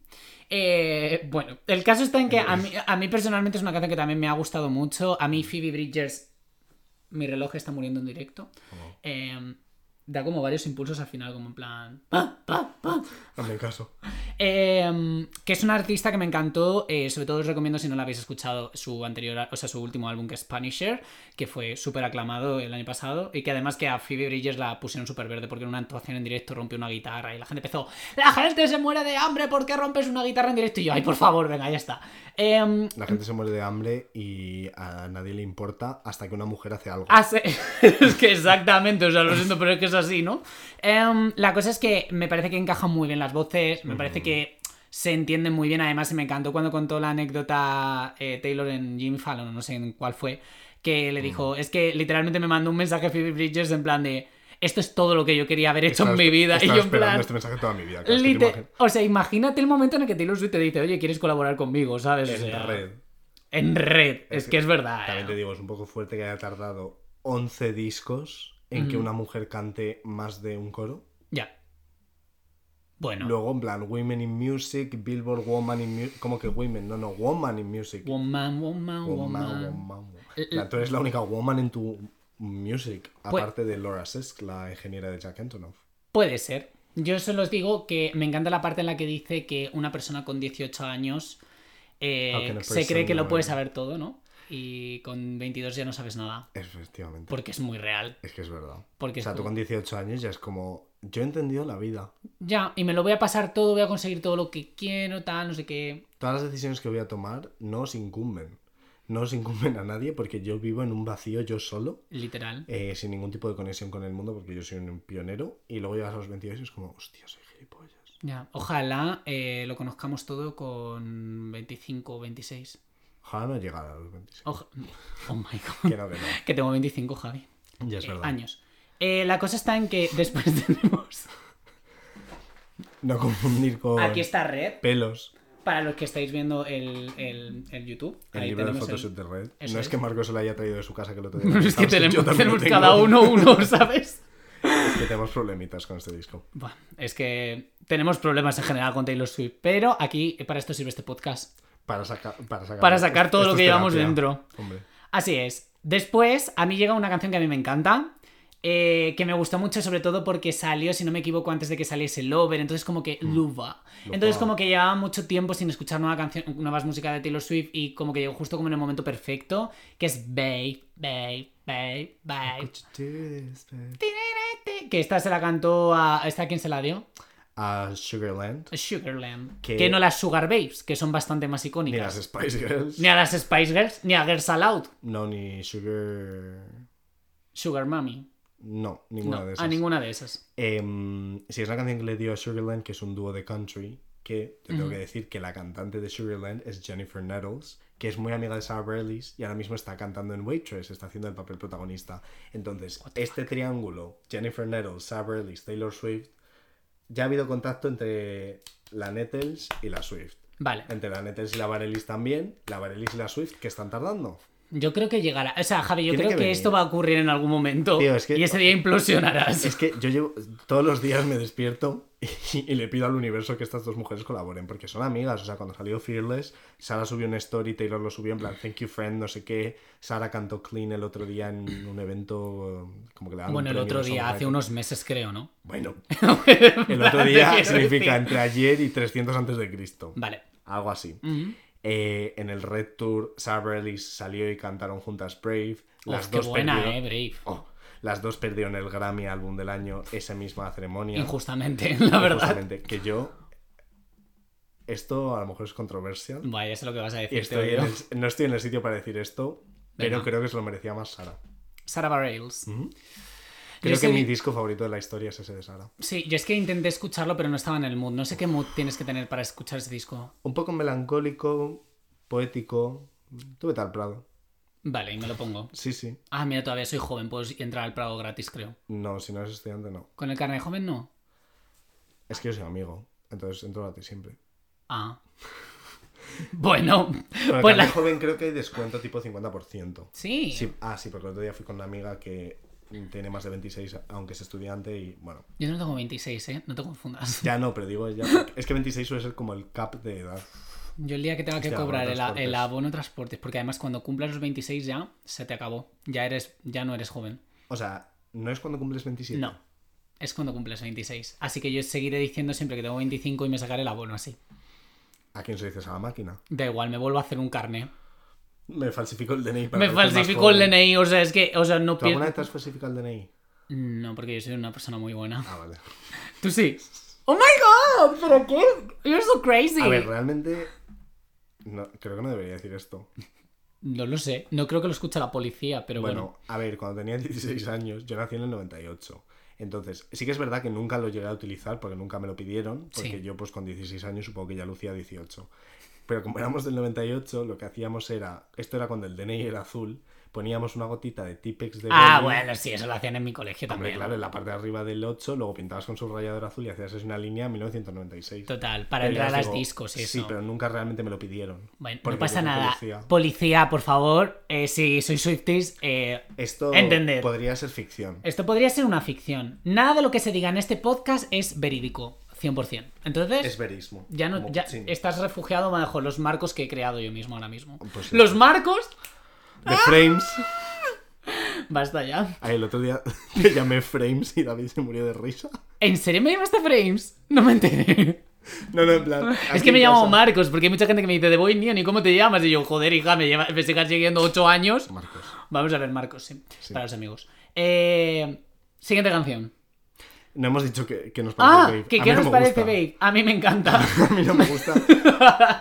Speaker 1: Eh, bueno, el caso está en que a mí, a mí personalmente es una canción que también me ha gustado mucho. A mí Phoebe Bridgers, mi reloj está muriendo en directo.
Speaker 2: Como,
Speaker 1: Eh, da como varios impulsos al final, como en plan. pa, pa, pa.
Speaker 2: Hazme caso.
Speaker 1: Eh, que es una artista que me encantó. eh, sobre todo os recomiendo si no la habéis escuchado su anterior, o sea, su último álbum que es Punisher, que fue súper aclamado el año pasado. Y que además que a Phoebe Bridgers la pusieron súper verde porque en una actuación en directo rompió una guitarra y la gente empezó. ¡La gente se muere de hambre! ¿Por qué rompes una guitarra en directo? Y yo, ay, por favor, venga, ya está. Em,
Speaker 2: La gente se muere de hambre y a nadie le importa hasta que una mujer hace algo.
Speaker 1: Hace- es que exactamente, o sea, lo siento, pero es que es así, ¿no? Em, la cosa es que me parece que encajan muy bien las voces, me parece que se entienden muy bien, además me encantó cuando contó la anécdota eh, Taylor en Jimmy Fallon, no sé en cuál fue, que le dijo, es que literalmente me mandó un mensaje a Phoebe Bridgers en plan de, esto es todo lo que yo quería haber hecho
Speaker 2: Estaba-
Speaker 1: en mi vida, y
Speaker 2: estaba
Speaker 1: yo en
Speaker 2: esperando
Speaker 1: plan...
Speaker 2: este mensaje toda mi vida. claro, es que te
Speaker 1: lite-
Speaker 2: imagino-
Speaker 1: o sea, imagínate el momento en el que Taylor Swift te dice, oye, ¿quieres colaborar conmigo? ¿Sabes? O
Speaker 2: en
Speaker 1: sea,
Speaker 2: red.
Speaker 1: En red,
Speaker 2: Es
Speaker 1: es que es verdad. eh,
Speaker 2: También te digo, es un poco fuerte que haya tardado 11 discos en que una mujer cante más de un coro.
Speaker 1: Ya. Bueno.
Speaker 2: Luego, en plan, Women in Music, Billboard Woman in Music. ¿Cómo que Women? No, no, Woman in Music.
Speaker 1: Woman, woman,
Speaker 2: Woman,
Speaker 1: woman.
Speaker 2: woman, woman.
Speaker 1: L-
Speaker 2: La- tú eres la única woman en tu music,
Speaker 1: Pues-
Speaker 2: aparte de Laura Sisk, la ingeniera de Jack Antonoff.
Speaker 1: Puede ser. Yo solo os digo que me encanta la parte en la que dice que una persona con 18 años eh,
Speaker 2: How can a
Speaker 1: se cree
Speaker 2: person
Speaker 1: que lo
Speaker 2: know
Speaker 1: puede
Speaker 2: everything?
Speaker 1: saber todo, ¿no? Y con 22 ya no sabes nada.
Speaker 2: Efectivamente.
Speaker 1: Porque es muy real.
Speaker 2: Es que es verdad.
Speaker 1: Porque
Speaker 2: o sea,
Speaker 1: es
Speaker 2: tú
Speaker 1: como-
Speaker 2: con 18 años ya es como Yo he entendido la vida.
Speaker 1: Ya, y me lo voy a pasar todo, voy a conseguir todo lo que quiero, tal, no sé qué.
Speaker 2: Todas las decisiones que voy a tomar no os incumben. No os incumben a nadie porque yo vivo en un vacío yo solo,
Speaker 1: Literal.
Speaker 2: eh, sin ningún tipo de conexión con el mundo porque yo soy un pionero. Y luego llegas a los 22 y es como, hostia, soy gilipollas.
Speaker 1: Ya. Ojalá eh, lo conozcamos todo con 25 o 26.
Speaker 2: Ojalá no llegara a los 26.
Speaker 1: Oja- Oh my god.
Speaker 2: Que no, que no.
Speaker 1: Que tengo 25, Javi.
Speaker 2: Ya es
Speaker 1: Eh,
Speaker 2: verdad.
Speaker 1: años. Eh, la cosa está en que después tenemos.
Speaker 2: No confundir con
Speaker 1: Aquí está Red.
Speaker 2: pelos.
Speaker 1: Para los que estáis viendo el, el- el YouTube.
Speaker 2: El
Speaker 1: ahí
Speaker 2: libro de
Speaker 1: tenemos el-
Speaker 2: fotos de red.
Speaker 1: Eso
Speaker 2: no es,
Speaker 1: es.
Speaker 2: que Marcos se lo haya traído de su casa que lo tenía.
Speaker 1: No es que tenemos, tenemos cada
Speaker 2: uno
Speaker 1: uno uno, ¿sabes?
Speaker 2: que tenemos problemitas con este disco.
Speaker 1: Buah, es que tenemos problemas en general con Taylor Swift, pero aquí eh, para esto sirve este podcast.
Speaker 2: Para, saca- para sacar,
Speaker 1: Para sacar todo
Speaker 2: Esto
Speaker 1: lo
Speaker 2: es
Speaker 1: que llevamos
Speaker 2: terapia.
Speaker 1: dentro.
Speaker 2: Hombre.
Speaker 1: Así es. Después, a mí llega una canción que a mí me encanta, eh, que me gustó mucho, sobre todo porque salió, si no me equivoco, antes de que saliese Lover, entonces como que Luva.
Speaker 2: Mm. Luva.
Speaker 1: Entonces como que llevaba mucho tiempo sin escuchar nueva canción, nuevas músicas de Taylor Swift y como que llegó justo como en el momento perfecto, que es Babe, Babe, Babe, Babe. Que esta se la cantó a... ¿Esta a quién se la dio?
Speaker 2: A Sugarland.
Speaker 1: A Sugarland.
Speaker 2: Que-
Speaker 1: Que no las Sugar Babes, que son bastante más
Speaker 2: Ni las
Speaker 1: icónicas.
Speaker 2: Spice Girls.
Speaker 1: Ni a las Spice Girls, ni a Girls Aloud.
Speaker 2: No, ni Sugar.
Speaker 1: Sugar Mami.
Speaker 2: No, ninguna
Speaker 1: No,
Speaker 2: de esas.
Speaker 1: a ninguna de esas.
Speaker 2: Em, sí, es la canción que le dio a Sugarland, que es un dúo de country. Que yo tengo que decir que la cantante de Sugarland es Jennifer Nettles, que es muy amiga de Sarah Bareilles y ahora mismo está cantando en Waitress, está haciendo el papel protagonista. Entonces, este triángulo, Jennifer Nettles, Sarah Bareilles, Taylor Swift, ya ha habido contacto entre la Nettles y la Swift.
Speaker 1: Vale.
Speaker 2: Entre la Nettles y la Bareilles también, la Bareilles y la Swift, que están tardando.
Speaker 1: Yo creo que llegará. O sea, Javi, yo
Speaker 2: Tiene
Speaker 1: creo
Speaker 2: que
Speaker 1: que,
Speaker 2: venir.
Speaker 1: esto va a ocurrir en algún momento.
Speaker 2: Tío, es que-
Speaker 1: Y ese día implosionarás.
Speaker 2: Es que yo llevo. Todos los días me despierto y, y le pido al universo que estas dos mujeres colaboren, porque son amigas. O sea, cuando salió Fearless, Sara subió un story, Taylor lo subió en plan Thank you, friend, no sé qué. Sara cantó Clean el otro día en un evento. eh, Como que le daban un
Speaker 1: Bueno, el
Speaker 2: premio,
Speaker 1: otro
Speaker 2: no sé,
Speaker 1: día,
Speaker 2: algo
Speaker 1: hace
Speaker 2: de-
Speaker 1: unos meses creo, ¿no?
Speaker 2: Bueno, el otro día
Speaker 1: Quiero
Speaker 2: significa
Speaker 1: decir.
Speaker 2: entre ayer y 300 antes de Cristo.
Speaker 1: Vale.
Speaker 2: Algo así.
Speaker 1: Ujú.
Speaker 2: Eh, en el Red Tour, Sara Bareilles salió y cantaron juntas Brave. Las
Speaker 1: Uf, qué
Speaker 2: dos
Speaker 1: buena,
Speaker 2: perdieron-
Speaker 1: eh, Brave.
Speaker 2: Oh, las dos perdieron el Grammy Álbum del Año esa misma ceremonia.
Speaker 1: Injustamente, la verdad.
Speaker 2: Justamente, que yo. Esto a lo mejor es controversial.
Speaker 1: Vaya, sé lo que vas a
Speaker 2: Y
Speaker 1: decir.
Speaker 2: estoy
Speaker 1: te
Speaker 2: en
Speaker 1: oigo.
Speaker 2: el- no estoy en el sitio para decir esto, pero
Speaker 1: Venga.
Speaker 2: creo que se lo merecía más Sara.
Speaker 1: Sarah Bareilles.
Speaker 2: Creo
Speaker 1: Yo
Speaker 2: que
Speaker 1: sé-
Speaker 2: mi disco favorito de la historia es ese de Sara.
Speaker 1: Sí, yo es que intenté escucharlo, pero no estaba en el mood. No sé qué mood tienes que tener para escuchar ese disco.
Speaker 2: Un poco melancólico, poético. Tuve tal Prado.
Speaker 1: Vale, y me lo pongo.
Speaker 2: Sí, sí.
Speaker 1: Ah, mira, todavía soy joven, puedo entrar al Prado gratis, creo.
Speaker 2: No, si no eres estudiante, no.
Speaker 1: ¿Con el carnet de joven no?
Speaker 2: Es que yo soy amigo. Entonces entro a ti siempre.
Speaker 1: Ah. Bueno,
Speaker 2: Pero
Speaker 1: pues
Speaker 2: la...
Speaker 1: la...
Speaker 2: joven creo que hay descuento tipo 50%.
Speaker 1: Sí.
Speaker 2: Sí, ah, sí, porque el otro día fui con una amiga que tiene más de 26, aunque es estudiante y bueno.
Speaker 1: Yo no tengo 26, ¿eh? No te confundas.
Speaker 2: Ya no, pero digo ella. Es que 26 suele ser como el cap de edad.
Speaker 1: Yo el día que tenga que
Speaker 2: Hostia,
Speaker 1: cobrar
Speaker 2: abono
Speaker 1: el,
Speaker 2: transportes.
Speaker 1: el abono transportes, porque además cuando cumplas los 26 ya se te acabó. Ya eres ya no eres joven.
Speaker 2: O sea, ¿no es cuando cumples 27?
Speaker 1: No. Es cuando cumples 26. Así que yo seguiré diciendo siempre que tengo 25 y me sacaré el abono así.
Speaker 2: ¿A quién se dices? A la máquina.
Speaker 1: Da igual, me vuelvo a hacer un carné.
Speaker 2: Me falsificó el DNI.
Speaker 1: Me falsifico el DNI, o sea, es que o sea, no
Speaker 2: ¿Tú alguna
Speaker 1: pierdo.
Speaker 2: vez te has falsificado el DNI?
Speaker 1: No, porque yo soy una persona muy buena.
Speaker 2: Ah, vale.
Speaker 1: Tú sí. Oh my god, pero qué You're so crazy.
Speaker 2: A ver, realmente. No, creo que no debería decir esto.
Speaker 1: No lo sé, no creo que lo escuche la policía, pero
Speaker 2: Bueno,
Speaker 1: bueno.
Speaker 2: a ver, cuando tenía 16 años, yo nací en el 98. Entonces, sí que es verdad que nunca lo llegué a utilizar porque nunca me lo pidieron, porque
Speaker 1: Sí.
Speaker 2: yo pues con 16 años supongo que ya lucía 18. Pero como éramos del 98, lo que hacíamos era, esto era cuando el DNI era azul, poníamos una gotita de Tipex de...
Speaker 1: Ah,
Speaker 2: Bobby,
Speaker 1: bueno, sí, eso lo hacían en mi colegio
Speaker 2: eh, Hombre,
Speaker 1: también.
Speaker 2: claro, en la parte de arriba del 8, luego pintabas con subrayador azul y hacías una línea 1996.
Speaker 1: Total, para
Speaker 2: Pero ya
Speaker 1: entrar a las
Speaker 2: os digo,
Speaker 1: discos y eso.
Speaker 2: Sí, pero nunca realmente me lo pidieron.
Speaker 1: Bueno,
Speaker 2: porque
Speaker 1: no pasa
Speaker 2: yo era
Speaker 1: nada.
Speaker 2: policía.
Speaker 1: Policía. por favor, eh, si sois Swifties, eh,
Speaker 2: Esto
Speaker 1: Entender.
Speaker 2: podría ser ficción.
Speaker 1: esto podría ser una ficción. Nada de lo que se diga en este podcast es verídico, 100%. Entonces,
Speaker 2: Es verismo.
Speaker 1: ya no
Speaker 2: como
Speaker 1: ya
Speaker 2: cine.
Speaker 1: estás refugiado bajo los marcos que he creado yo mismo ahora mismo.
Speaker 2: Pues sí.
Speaker 1: los marcos.
Speaker 2: The
Speaker 1: Ah.
Speaker 2: Frames.
Speaker 1: Basta ya.
Speaker 2: Ay, el otro día te llamé Frames y David se murió de risa.
Speaker 1: ¿En serio me llamaste Frames? No me enteré.
Speaker 2: No, no, en plan.
Speaker 1: Es
Speaker 2: aquí
Speaker 1: que me
Speaker 2: en
Speaker 1: llamo
Speaker 2: casa-
Speaker 1: Marcos, porque hay mucha gente que me dice de Boy Neon y cómo te llamas. Y yo, joder, hija, me, lleva, me sigas siguiendo 8 años.
Speaker 2: Marcos.
Speaker 1: Vamos a ver, Marcos, sí.
Speaker 2: Sí.
Speaker 1: Para los amigos. Eh, siguiente canción.
Speaker 2: No hemos dicho que, que nos parece
Speaker 1: Ah,
Speaker 2: Babe.
Speaker 1: ¿que
Speaker 2: A
Speaker 1: ¿qué
Speaker 2: mí no
Speaker 1: nos
Speaker 2: me
Speaker 1: parece
Speaker 2: gusta.
Speaker 1: Babe? A mí me encanta.
Speaker 2: A mí no me gusta.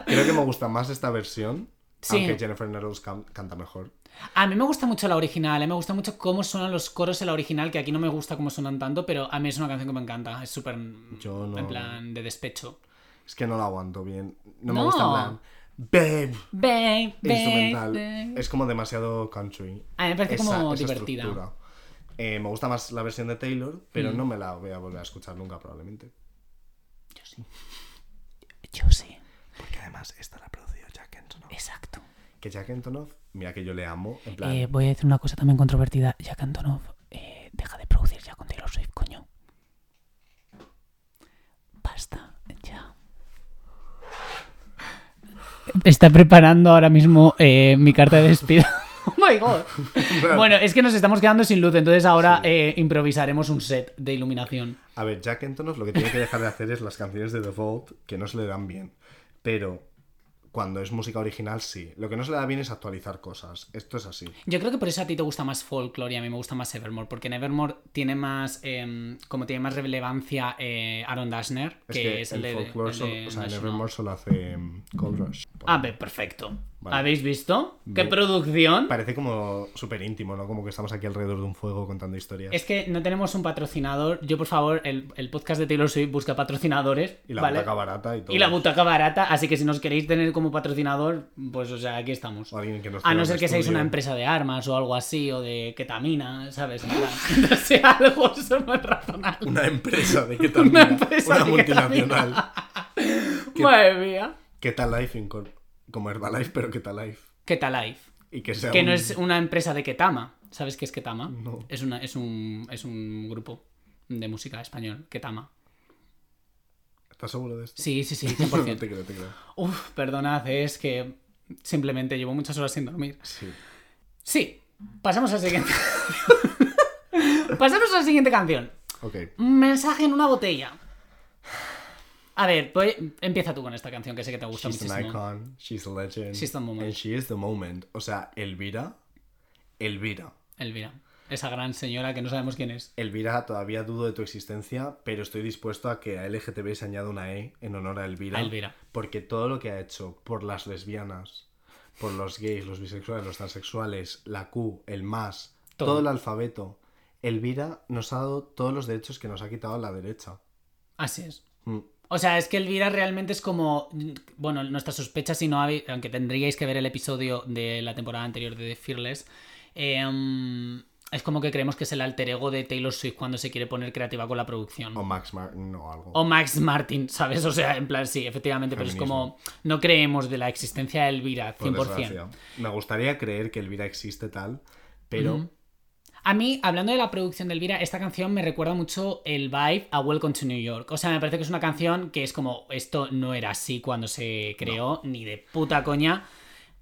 Speaker 2: Creo que me gusta más esta versión.
Speaker 1: Sí.
Speaker 2: Aunque Jennifer Nettles can- canta mejor.
Speaker 1: A mí me gusta mucho la original, eh, me gusta mucho cómo suenan los coros en la original, que aquí no me gusta cómo suenan tanto, pero a mí es una canción que me encanta, es súper mm,
Speaker 2: Yo no-
Speaker 1: en plan de despecho.
Speaker 2: Es que no la aguanto bien. No, me
Speaker 1: No.
Speaker 2: gusta en plan. Babe.
Speaker 1: Babe, babe,
Speaker 2: instrumental.
Speaker 1: babe.
Speaker 2: Es como demasiado country.
Speaker 1: A mí me parece como divertida. Mm.
Speaker 2: estructura. Eh, me gusta más la versión de Taylor, pero no me la voy a volver a escuchar nunca probablemente.
Speaker 1: Yo sí,
Speaker 2: Porque además esta la produjo Jack Antonoff.
Speaker 1: exacto.
Speaker 2: Que Jack Antonoff, mira que yo le amo. En plan,
Speaker 1: Eh, voy a decir una cosa también controvertida. Jack Antonoff eh, deja de producir ya con Taylor Swift, coño. Basta, ya. Está preparando ahora mismo eh, mi carta de despido. ¡Oh, my God! Bueno, es que nos estamos quedando sin luz, entonces ahora eh, improvisaremos un set de iluminación.
Speaker 2: A ver, Jack Antonoff lo que tiene que dejar de hacer es las canciones de The Vault que no se le dan bien. Pero cuando es música original, sí. Lo que no se le da bien es actualizar cosas. Esto es así.
Speaker 1: Yo creo que por eso a ti te gusta más folklore y a mí me gusta más Evermore, porque en Evermore tiene más, em, como tiene más relevancia eh, Aaron Dashner,
Speaker 2: Es
Speaker 1: que,
Speaker 2: que
Speaker 1: es el
Speaker 2: el
Speaker 1: de,
Speaker 2: folklore,
Speaker 1: el
Speaker 2: solo-
Speaker 1: de
Speaker 2: o sea, en
Speaker 1: National.
Speaker 2: Evermore solo hace mm, Gold Rush.
Speaker 1: Ah, ve, perfecto.
Speaker 2: Vale.
Speaker 1: ¿Habéis visto? ¡Qué
Speaker 2: Ve.
Speaker 1: producción!
Speaker 2: Parece como súper íntimo, ¿no? Como que estamos aquí alrededor de un fuego contando historias.
Speaker 1: Es que no tenemos un patrocinador. Yo, por favor, el, el podcast de Taylor Swift busca patrocinadores.
Speaker 2: Y la
Speaker 1: ¿vale?
Speaker 2: butaca barata y todo.
Speaker 1: Y la butaca barata, así que si nos queréis tener como patrocinador, pues o sea, aquí estamos.
Speaker 2: O alguien pues que nos
Speaker 1: A
Speaker 2: pida
Speaker 1: no
Speaker 2: un
Speaker 1: ser que seáis
Speaker 2: estudio.
Speaker 1: una empresa de armas o algo así, o de ketamina, ¿sabes? En plan, no sea algo solo razonable.
Speaker 2: Una empresa de qué tal. Una
Speaker 1: empresa de
Speaker 2: multinacional. ¿Qué-
Speaker 1: Madre mía.
Speaker 2: ¿Qué tal Life? Incor- Como Herbalife, pero ¿qué tal Life?
Speaker 1: Ketalife.
Speaker 2: Y que sea
Speaker 1: Que no
Speaker 2: un-
Speaker 1: es una empresa de Ketama. ¿Sabes qué es Ketama?
Speaker 2: No.
Speaker 1: Es, una, es, un, es un grupo de música español, Ketama.
Speaker 2: ¿Estás seguro de esto?
Speaker 1: Sí, sí, sí,
Speaker 2: No
Speaker 1: 100%.
Speaker 2: te creo, te creo.
Speaker 1: Uf, perdonad, es que simplemente llevo muchas horas sin dormir.
Speaker 2: Sí.
Speaker 1: Sí, pasamos al siguiente. pasamos a la siguiente canción.
Speaker 2: Ok.
Speaker 1: Un mensaje en una botella. A ver, pues empieza tú con esta canción que sé que te gusta
Speaker 2: She's an
Speaker 1: muchísimo.
Speaker 2: icon, she's a legend.
Speaker 1: She's the moment.
Speaker 2: And she is the moment. O sea, Elvira. Elvira.
Speaker 1: Elvira, esa gran señora que no sabemos quién es.
Speaker 2: Elvira, todavía dudo de tu existencia, pero estoy dispuesto a que a LGTB se añada una E en honor a Elvira.
Speaker 1: A Elvira.
Speaker 2: Porque todo lo que ha hecho por las lesbianas, por los gays, los bisexuales, los transexuales, la Q, el más,
Speaker 1: Todo.
Speaker 2: todo, el alfabeto, Elvira nos ha dado todos los derechos que nos ha quitado la derecha.
Speaker 1: Así es.
Speaker 2: Mm.
Speaker 1: O sea, es que Elvira realmente es como. Bueno, nuestra sospecha, si no habéis. Aunque tendríais que ver el episodio de la temporada anterior de The Fearless. em, es como que creemos que es el alter ego de Taylor Swift cuando se quiere poner creativa con la producción.
Speaker 2: O Max Martin o algo.
Speaker 1: O Max Martin, ¿sabes? O sea, en plan, sí, efectivamente, pero es como. No creemos de la existencia de Elvira,
Speaker 2: por
Speaker 1: 100%.
Speaker 2: desgracia. Me gustaría creer que Elvira existe tal, pero
Speaker 1: Ujú. A mí, hablando de la producción de Elvira, esta canción me recuerda mucho el vibe a Welcome to New York. O sea, me parece que es una canción que es como, esto no era así cuando se creó, ni de puta coña.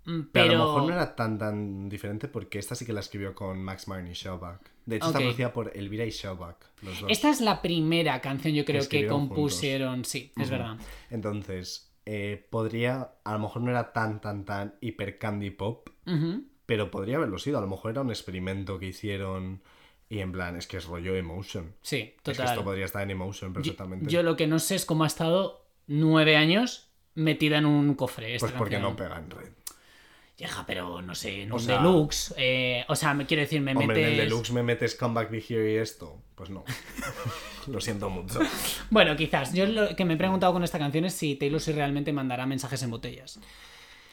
Speaker 1: Mm, Pero,
Speaker 2: Pero... a lo mejor no era tan tan diferente porque esta sí que la escribió con Max Martin y Shellback. De hecho,
Speaker 1: Ok.
Speaker 2: está producida por Elvira y Shellback, los dos.
Speaker 1: esta es la primera canción yo creo que
Speaker 2: escribieron
Speaker 1: compusieron, sí, es
Speaker 2: Ujú.
Speaker 1: verdad.
Speaker 2: Entonces, eh, podría, a lo mejor no era tan tan tan hiper candy pop,
Speaker 1: Ujú.
Speaker 2: pero podría haberlo sido. A lo mejor era un experimento que hicieron y en plan, es que es rollo emotion.
Speaker 1: Sí,
Speaker 2: Es que esto
Speaker 1: total.
Speaker 2: podría estar en emotion
Speaker 1: Yo,
Speaker 2: perfectamente.
Speaker 1: yo lo que no sé es cómo ha estado nueve años metida en un cofre. esta
Speaker 2: pues porque no
Speaker 1: canción.
Speaker 2: pega en red.
Speaker 1: Ya, pero no sé, en
Speaker 2: O
Speaker 1: un
Speaker 2: sea-
Speaker 1: deluxe. eh, o sea, me quiero decir, me
Speaker 2: Hombre, en el
Speaker 1: metes-
Speaker 2: deluxe me metes comeback be here y esto. Pues no. lo siento mucho.
Speaker 1: Bueno, quizás. Yo lo que me he preguntado con esta canción es si Taylor Swift realmente mandará mensajes en botellas.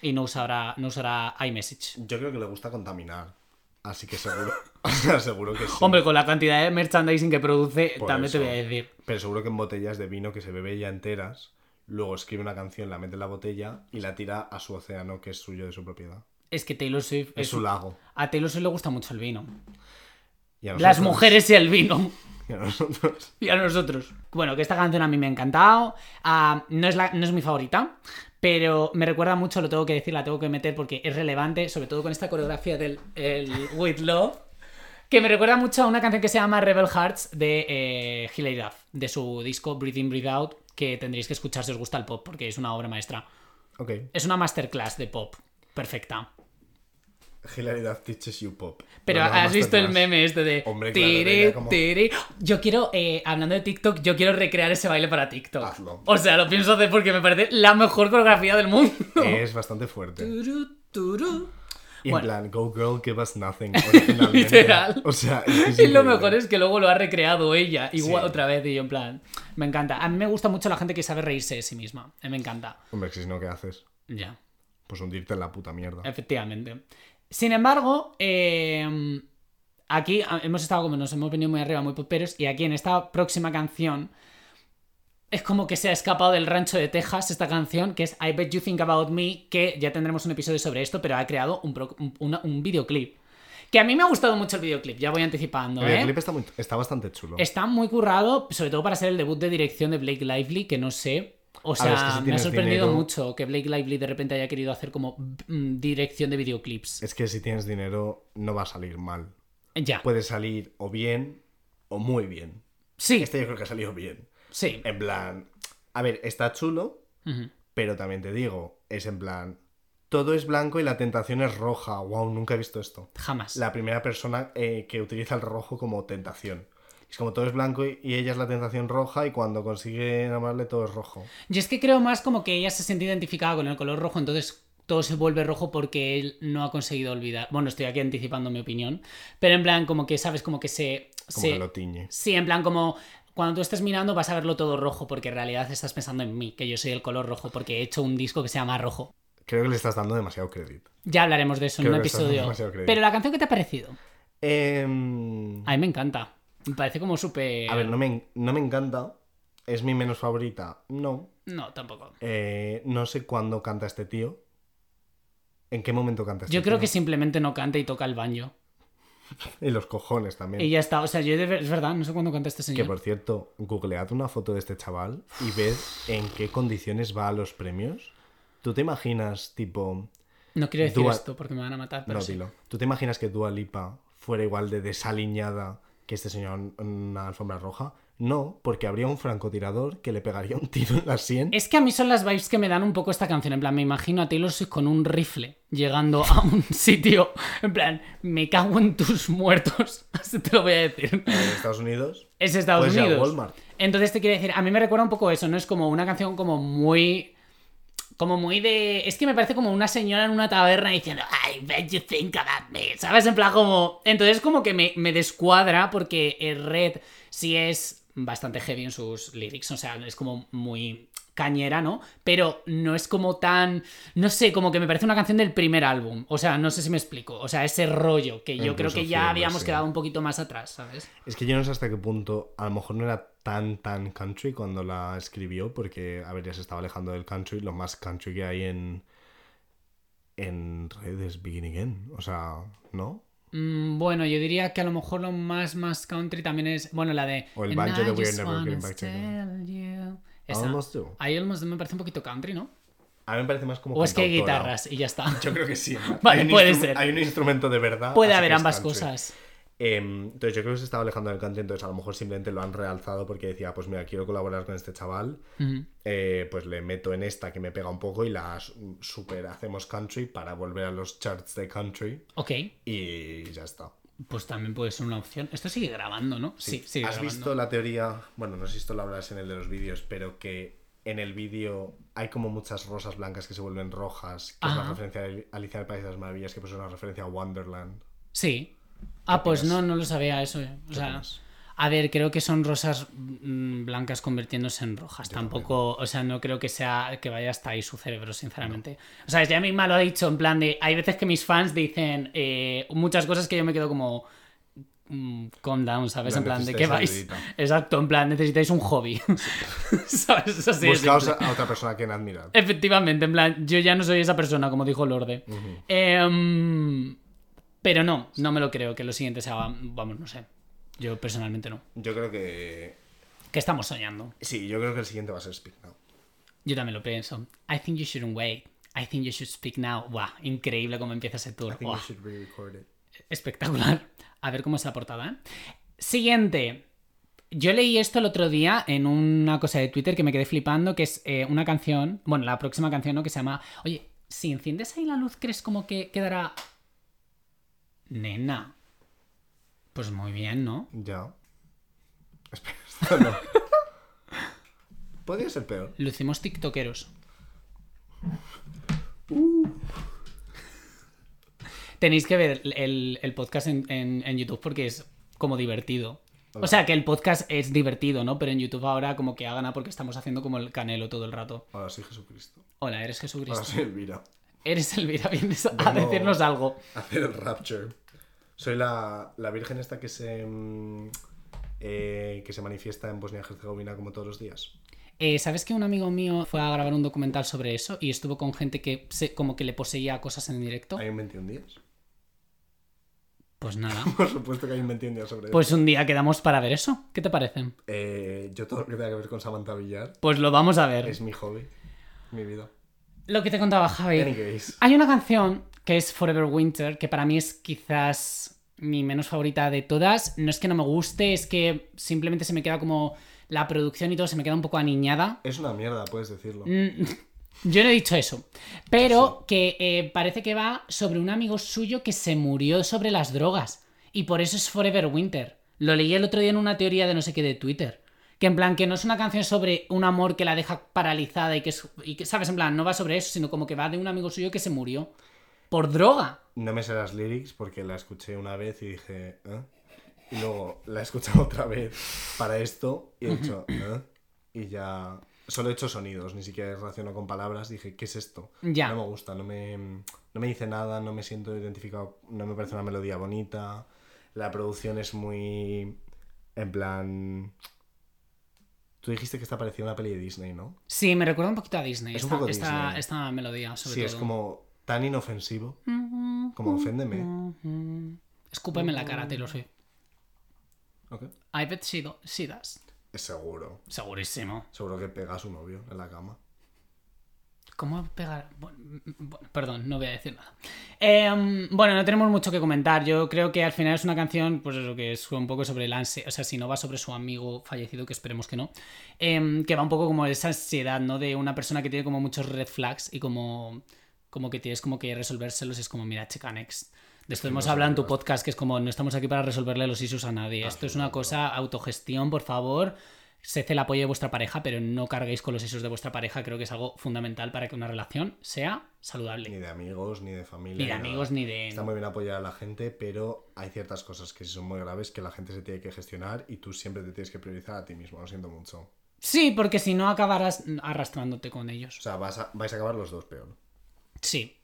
Speaker 1: Y no usará, no usará iMessage.
Speaker 2: Yo creo que le gusta contaminar. Así que seguro. o sea, seguro que sí.
Speaker 1: Hombre, con la cantidad de merchandising que produce,
Speaker 2: Por
Speaker 1: también te
Speaker 2: eso.
Speaker 1: voy a decir.
Speaker 2: Pero seguro que en botellas de vino que se bebe ya enteras, luego escribe una canción, la mete en la botella y la tira a su océano, que es suyo de su propiedad.
Speaker 1: Es que Taylor Swift.
Speaker 2: Es
Speaker 1: es-
Speaker 2: su lago.
Speaker 1: A Taylor Swift le gusta mucho el vino.
Speaker 2: Y a
Speaker 1: Las
Speaker 2: nosotros-
Speaker 1: mujeres y el vino.
Speaker 2: y a nosotros.
Speaker 1: Y a nosotros. Bueno, que esta canción a mí me ha encantado. Ah, no, es la, no es mi favorita, pero me recuerda mucho, lo tengo que decir, la tengo que meter porque es relevante, sobre todo con esta coreografía del el With Love, que me recuerda mucho a una canción que se llama Rebel Hearts de eh, Hilary Duff, de su disco Breathe In, Breathe Out, que tendréis que escuchar si os gusta el pop, porque es una obra maestra.
Speaker 2: Ok.
Speaker 1: Es una masterclass de pop, perfecta.
Speaker 2: Hilaridad teaches you pop.
Speaker 1: Pero
Speaker 2: No, no,
Speaker 1: has visto el
Speaker 2: masterclass.
Speaker 1: meme este de...
Speaker 2: Hombre, claro,
Speaker 1: tiri,
Speaker 2: venga, como-
Speaker 1: tiri. Yo quiero, eh, hablando de TikTok, yo quiero recrear ese baile para TikTok.
Speaker 2: Hazlo.
Speaker 1: O sea, lo pienso hacer porque me parece la mejor coreografía del mundo.
Speaker 2: Es bastante fuerte.
Speaker 1: Turu, turu.
Speaker 2: Y en
Speaker 1: Bueno.
Speaker 2: plan, go girl, give us nothing. originalmente.
Speaker 1: Literal.
Speaker 2: O sea,
Speaker 1: Y lo
Speaker 2: increíble.
Speaker 1: mejor es que luego lo ha recreado ella, igual
Speaker 2: Sí.
Speaker 1: otra vez, y yo en plan, me encanta. A mí me gusta mucho la gente que sabe reírse de sí misma, eh, me encanta.
Speaker 2: Hombre, que si no, ¿qué haces?
Speaker 1: Ya,
Speaker 2: Pues hundirte en la puta mierda.
Speaker 1: Eh, efectivamente. Sin embargo, eh, aquí ah, hemos estado como nos hemos venido muy arriba, muy poperos, y aquí en esta próxima canción es como que se ha escapado del rancho de Texas esta canción, que es I Bet You Think About Me, que ya tendremos un episodio sobre esto, pero ha creado un, pro- un- una- un videoclip. Que a mí me ha gustado mucho el videoclip, ya voy anticipando.
Speaker 2: El
Speaker 1: ¿eh?
Speaker 2: videoclip está, muy- está bastante chulo.
Speaker 1: Está muy currado, sobre todo para ser el debut de dirección de Blake Lively, que no sé. O sea,
Speaker 2: ver, es que si
Speaker 1: me ha
Speaker 2: tienes
Speaker 1: sorprendido
Speaker 2: dinero-
Speaker 1: mucho que Blake Lively de repente haya querido hacer como mm, dirección de videoclips.
Speaker 2: Es que si tienes dinero, no va a salir mal.
Speaker 1: Ya.
Speaker 2: Puede salir o bien o muy bien.
Speaker 1: sí,
Speaker 2: Este yo creo que ha salido bien.
Speaker 1: sí.
Speaker 2: En plan, a ver, está chulo,
Speaker 1: Ujú.
Speaker 2: pero también te digo, es en plan, todo es blanco y la tentación es roja. Wow, nunca he visto esto.
Speaker 1: Jamás.
Speaker 2: La primera persona eh, que utiliza el rojo como tentación. Es como todo es blanco y, y ella es la tentación roja y cuando consigue amarle todo es rojo.
Speaker 1: Yo es que creo más como que ella se siente identificada con el color rojo, entonces todo se vuelve rojo porque él no ha conseguido olvidar. Bueno, estoy aquí anticipando mi opinión, pero en plan, como que sabes, como que se.
Speaker 2: Como
Speaker 1: se-
Speaker 2: que lo tiñe.
Speaker 1: Sí, en plan como cuando tú estés mirando vas a verlo todo rojo porque en realidad estás pensando en mí, que yo soy el color rojo porque he hecho un disco que se llama Rojo.
Speaker 2: Creo que le estás dando demasiado crédito.
Speaker 1: Ya hablaremos de eso en
Speaker 2: Creo
Speaker 1: un
Speaker 2: que eso es
Speaker 1: episodio.
Speaker 2: demasiado creíble.
Speaker 1: Pero la canción que te ha parecido,
Speaker 2: Em,
Speaker 1: a mí me encanta. Me parece como súper...
Speaker 2: A ver, no me, en- no me encanta. ¿Es mi menos favorita? No.
Speaker 1: No, tampoco.
Speaker 2: Eh, no sé cuándo canta este tío. ¿En qué momento canta este
Speaker 1: Yo creo
Speaker 2: tío?
Speaker 1: que simplemente no canta y toca el baño.
Speaker 2: Y los cojones también.
Speaker 1: Y ya está. O sea, yo de ver- es verdad, no sé cuándo canta este
Speaker 2: Que
Speaker 1: señor.
Speaker 2: por cierto, googlead una foto de este chaval y ved en qué condiciones va a los premios. ¿Tú te imaginas, tipo.
Speaker 1: No quiero decir
Speaker 2: Dua-
Speaker 1: esto porque me van a matar, pero
Speaker 2: No,
Speaker 1: sí.
Speaker 2: dilo. ¿Tú te imaginas que Dua Lipa fuera igual de desaliñada que este señor en una alfombra roja? No, porque habría un francotirador que le pegaría un tiro en la sien.
Speaker 1: Es que a mí son las vibes que me dan un poco esta canción. En plan, me imagino a Taylor Swift con un rifle llegando a un sitio. En plan, me cago en tus muertos. Así te lo voy a decir.
Speaker 2: En Estados Unidos.
Speaker 1: Es Estados
Speaker 2: Puedes ir a
Speaker 1: Unidos.
Speaker 2: Pues Walmart.
Speaker 1: Entonces te quiero decir, a mí me recuerda un poco eso, ¿no? Es como una canción como muy. Como muy de. Es que me parece como una señora en una taberna diciendo, I bet you think about me. ¿Sabes? En plan, como. Entonces, como que me, me descuadra porque eh, Red sí es bastante heavy en sus lyrics. O sea, es como muy cañera, ¿no? Pero no es como tan. No sé, como que me parece una canción del primer álbum. O sea, no sé si me explico. O sea, ese rollo que yo creo
Speaker 2: Incluso
Speaker 1: que ya
Speaker 2: Fearless,
Speaker 1: habíamos
Speaker 2: sí.
Speaker 1: quedado un poquito más atrás, ¿sabes?
Speaker 2: Es que yo no sé hasta qué punto, a lo mejor no era tan, tan country cuando la escribió, porque, a ver, ya se estaba alejando del country, lo más country que hay en, en redes Begin Again. O sea, ¿no?
Speaker 1: Mm, bueno, yo diría que a lo mejor lo más más country también es. Bueno, la de.
Speaker 2: O el
Speaker 1: "And
Speaker 2: banjo
Speaker 1: I
Speaker 2: de We're
Speaker 1: just
Speaker 2: Never
Speaker 1: wanna
Speaker 2: Getting Back Together".
Speaker 1: tell you". Esa.
Speaker 2: Almost do.
Speaker 1: Ahí Almost Do me parece un poquito country, ¿no?
Speaker 2: A mí me parece más como
Speaker 1: O es que hay
Speaker 2: cantautora.
Speaker 1: guitarras y ya está.
Speaker 2: Yo creo que sí.
Speaker 1: Vale,
Speaker 2: Hay un
Speaker 1: puede
Speaker 2: instru-
Speaker 1: ser.
Speaker 2: Hay un instrumento de verdad.
Speaker 1: Puede
Speaker 2: así
Speaker 1: haber
Speaker 2: que es
Speaker 1: ambas
Speaker 2: country.
Speaker 1: cosas.
Speaker 2: Em, entonces yo creo que se estaba alejando del country, entonces a lo mejor simplemente lo han realzado porque decía, pues mira, quiero colaborar con este chaval.
Speaker 1: Ujú.
Speaker 2: eh, pues le meto en esta que me pega un poco y la su- super hacemos country para volver a los charts de country
Speaker 1: Ok,
Speaker 2: y ya está.
Speaker 1: pues también puede ser una opción. Esto sigue grabando, ¿no? Sí, sigue
Speaker 2: ¿Has
Speaker 1: grabando.
Speaker 2: visto la teoría? Bueno, no sé si esto lo hablas en el de los vídeos, pero que en el vídeo hay como muchas rosas blancas que se vuelven rojas, que es
Speaker 1: Ajá.
Speaker 2: una referencia a Ali- Alicia en el País de las Maravillas, que pues es una referencia a Wonderland.
Speaker 1: Sí. Ah, pues
Speaker 2: opinas?
Speaker 1: no, no lo sabía eso. eh. O sea,
Speaker 2: opinas?
Speaker 1: a ver, creo que son rosas mm, blancas convirtiéndose en rojas. Tampoco, o sea, no creo que sea que vaya hasta ahí su cerebro, sinceramente. O sea, ya misma lo ha dicho, en plan de. Hay veces que mis fans dicen eh, muchas cosas que yo me quedo como. mm, calm down, ¿sabes?
Speaker 2: No
Speaker 1: en plan de qué
Speaker 2: necesitáis
Speaker 1: vais.
Speaker 2: ayudita.
Speaker 1: Exacto, en plan, necesitáis un hobby. ¿Sabes? Es así de
Speaker 2: Buscaos
Speaker 1: simple.
Speaker 2: a, a otra persona que admirar.
Speaker 1: Efectivamente, en plan, yo ya no soy esa persona, como dijo Lorde. Em, pero no, no me lo creo que lo siguiente sea, vamos, no sé. Yo personalmente no.
Speaker 2: Yo creo que...
Speaker 1: Que estamos soñando.
Speaker 2: Sí, yo creo que el siguiente va a ser Speak Now.
Speaker 1: Yo también lo pienso. I think you shouldn't wait. I think you should speak now. Buah, increíble cómo empieza ese tour.
Speaker 2: I think
Speaker 1: Buah,
Speaker 2: we should re-record it.
Speaker 1: espectacular. A ver cómo es la portada. ¿eh? Siguiente. Yo leí esto el otro día en una cosa de Twitter que me quedé flipando, que es eh, una canción, bueno, la próxima canción, ¿no? Que se llama, oye, si enciendes ahí la luz, ¿crees como que quedará Nena. Pues muy bien, ¿no?
Speaker 2: Ya. Espera, esto no. Podría ser peor.
Speaker 1: Lucimos tiktokeros.
Speaker 2: Uh.
Speaker 1: Tenéis que ver el, el podcast en, en- en YouTube porque es como divertido. O sea, que el podcast es divertido, ¿no? Pero en YouTube ahora como que hagan porque estamos haciendo como el canelo todo el rato.
Speaker 2: Ahora sí, Jesucristo.
Speaker 1: Hola, eres Jesucristo.
Speaker 2: Ahora sí, Elvira.
Speaker 1: Eres Elvira, vienes a
Speaker 2: Vengo-
Speaker 1: decirnos algo.
Speaker 2: Hacer el rapture. Soy la, la virgen esta que se. mm, eh, que se manifiesta en Bosnia y Herzegovina como todos los días.
Speaker 1: Eh, ¿Sabes que un amigo mío fue a grabar un documental sobre eso y estuvo con gente que se- como que le poseía cosas en directo?
Speaker 2: Hay un 21 días.
Speaker 1: Pues nada.
Speaker 2: Por supuesto que hay un 21 días sobre
Speaker 1: Pues un día quedamos para ver eso. ¿Qué te parece?
Speaker 2: eso. Eh, yo todo lo que tenga que ver con Samantha Villar
Speaker 1: Pues lo vamos a ver.
Speaker 2: es mi hobby. Mi vida.
Speaker 1: Lo que te contaba Javi.
Speaker 2: Anyways.
Speaker 1: Hay una canción que es Forever Winter, que para mí es quizás mi menos favorita de todas. No es que no me guste, es que simplemente se me queda como la producción y todo, se me queda un poco aniñada.
Speaker 2: Es una mierda, puedes decirlo.
Speaker 1: Mm, Yo no he dicho eso, pero que eh, parece que va sobre un amigo suyo que se murió sobre las drogas y por eso es Forever Winter. Lo leí el otro día en una teoría de no sé qué de Twitter. Que en plan, que no es una canción sobre un amor que la deja paralizada y que, es- y que, ¿sabes? En plan, no va sobre eso, sino como que va de un amigo suyo que se murió por droga.
Speaker 2: No me sé las lyrics porque la escuché una vez y dije, ¿eh? Y luego la he escuchado otra vez para esto y he
Speaker 1: Mm.
Speaker 2: dicho, ¿eh? Y ya. Solo he hecho sonidos, ni siquiera relaciono con palabras. Dije, ¿qué es esto?
Speaker 1: Mm, Ya.
Speaker 2: No me gusta, no me, no me dice nada, no me siento identificado, no me parece una melodía bonita. La producción es muy. En plan. Tú dijiste que está parecida a una peli de Disney, ¿no?
Speaker 1: Sí, me recuerda un poquito a Disney.
Speaker 2: Es un
Speaker 1: esta,
Speaker 2: poco
Speaker 1: esta-
Speaker 2: Disney.
Speaker 1: esta melodía, sobre
Speaker 2: sí,
Speaker 1: todo. Mm.
Speaker 2: es como tan inofensivo. Como oféndeme.
Speaker 1: Escúpeme en la cara, Taylor Swift.
Speaker 2: Ok.
Speaker 1: I bet she, do- she does.
Speaker 2: Seguro.
Speaker 1: Segurísimo.
Speaker 2: Seguro que pega a su novio en la cama.
Speaker 1: ¿Cómo pegar? Bueno, mm, bueno, perdón, no voy a decir nada. Em, bueno, no tenemos mucho que comentar. Yo creo que al final es una canción, pues eso, que es un poco sobre el ansia. O sea, si no va sobre su amigo fallecido, que esperemos que no. em, que va un poco como esa ansiedad, ¿no? De una persona que tiene como muchos red flags y como, como que tienes como que resolvérselos. y Es como, mira, chica, next. De esto
Speaker 2: que no
Speaker 1: hemos
Speaker 2: sé
Speaker 1: hablado en tu
Speaker 2: qué más.
Speaker 1: podcast, que es como, no estamos aquí para resolverle los issues a nadie.
Speaker 2: Ah,
Speaker 1: Esto es
Speaker 2: sí,
Speaker 1: una
Speaker 2: no,
Speaker 1: cosa, autogestión, por favor. Sed el apoyo de vuestra pareja, pero no carguéis con los issues de vuestra pareja. Creo que es algo fundamental para que una relación sea
Speaker 2: Ni
Speaker 1: saludable.
Speaker 2: de amigos, ni de familia.
Speaker 1: Ni de
Speaker 2: nada.
Speaker 1: amigos, ni de...
Speaker 2: Está muy bien apoyar a la gente, pero hay ciertas cosas que sí son muy graves que la gente se tiene que gestionar y tú siempre te tienes que priorizar a ti mismo. Lo siento mucho. O
Speaker 1: Sí, porque si no acabarás arrastrándote con ellos.
Speaker 2: sea, vas a- vais a acabar los dos peor.
Speaker 1: Sí.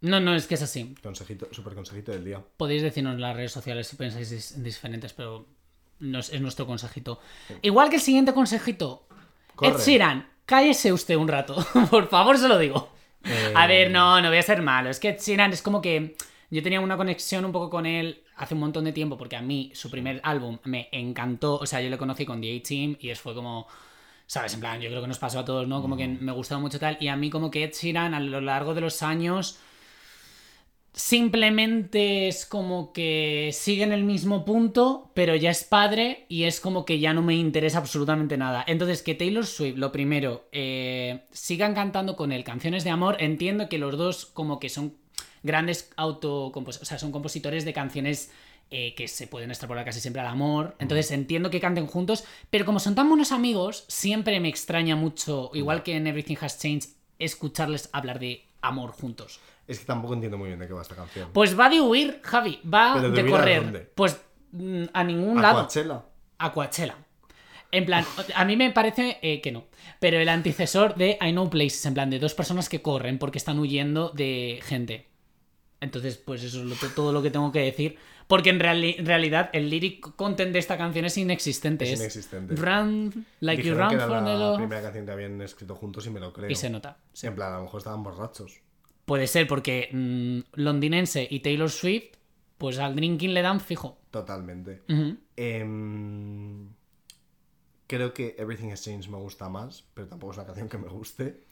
Speaker 1: No, no, es que es así.
Speaker 2: Consejito, super consejito del día.
Speaker 1: Podéis decirnos en las redes sociales si pensáis dis- diferentes, pero nos- es nuestro consejito. Igual que el siguiente consejito.
Speaker 2: Corre.
Speaker 1: Ed Sheeran, cállese usted un rato. Por favor, se lo digo.
Speaker 2: Eh,
Speaker 1: A ver, no, no voy a ser malo. Es que Ed Sheeran es como que yo tenía una conexión un poco con él hace un montón de tiempo porque a mí su primer álbum me encantó. O sea, yo le conocí con The A-Team y es fue como... ¿Sabes? En plan, yo creo que nos pasó a todos, ¿no? Como que me gustaba mucho tal. Y a mí como que Ed Sheeran a lo largo de los años simplemente es como que sigue en el mismo punto, pero ya es padre y es como que ya no me interesa absolutamente nada. Entonces, que Taylor Swift, lo primero, eh, sigan cantando con él canciones de amor, entiendo que los dos como que son grandes autocompositores, o sea, son compositores de canciones eh, que se pueden extrapolar casi siempre al amor. Entonces entiendo que canten juntos, pero como son tan buenos amigos, siempre me extraña mucho, igual que en Everything Has Changed, escucharles hablar de amor juntos.
Speaker 2: Es que tampoco entiendo muy bien de qué va esta canción.
Speaker 1: Pues va de huir, Javi, va
Speaker 2: ¿Pero de
Speaker 1: de,
Speaker 2: huir a
Speaker 1: correr.
Speaker 2: dónde?
Speaker 1: Pues mm, a ningún
Speaker 2: ¿A
Speaker 1: lado.
Speaker 2: Coachella?
Speaker 1: A Coachella. En plan, a mí me parece eh, que no. Pero el antecesor de I Know Places, en plan, de dos personas que corren porque están huyendo de gente. Entonces, pues eso es lo que- todo lo que tengo que decir. Porque en, reali- en realidad el lyric content de esta canción es inexistente.
Speaker 2: Es
Speaker 1: Es
Speaker 2: inexistente.
Speaker 1: Run like
Speaker 2: Dijeron
Speaker 1: you
Speaker 2: que
Speaker 1: run
Speaker 2: era
Speaker 1: from the
Speaker 2: la
Speaker 1: law.
Speaker 2: primera canción que habían escrito juntos y me lo creo.
Speaker 1: Y se nota. sí.
Speaker 2: En plan, a lo mejor estaban borrachos.
Speaker 1: Puede ser porque mm, londinense y Taylor Swift, pues al drinking le dan fijo.
Speaker 2: Totalmente.
Speaker 1: Ujú.
Speaker 2: Em, creo que Everything Has Changed me gusta más, pero tampoco es una canción que me guste.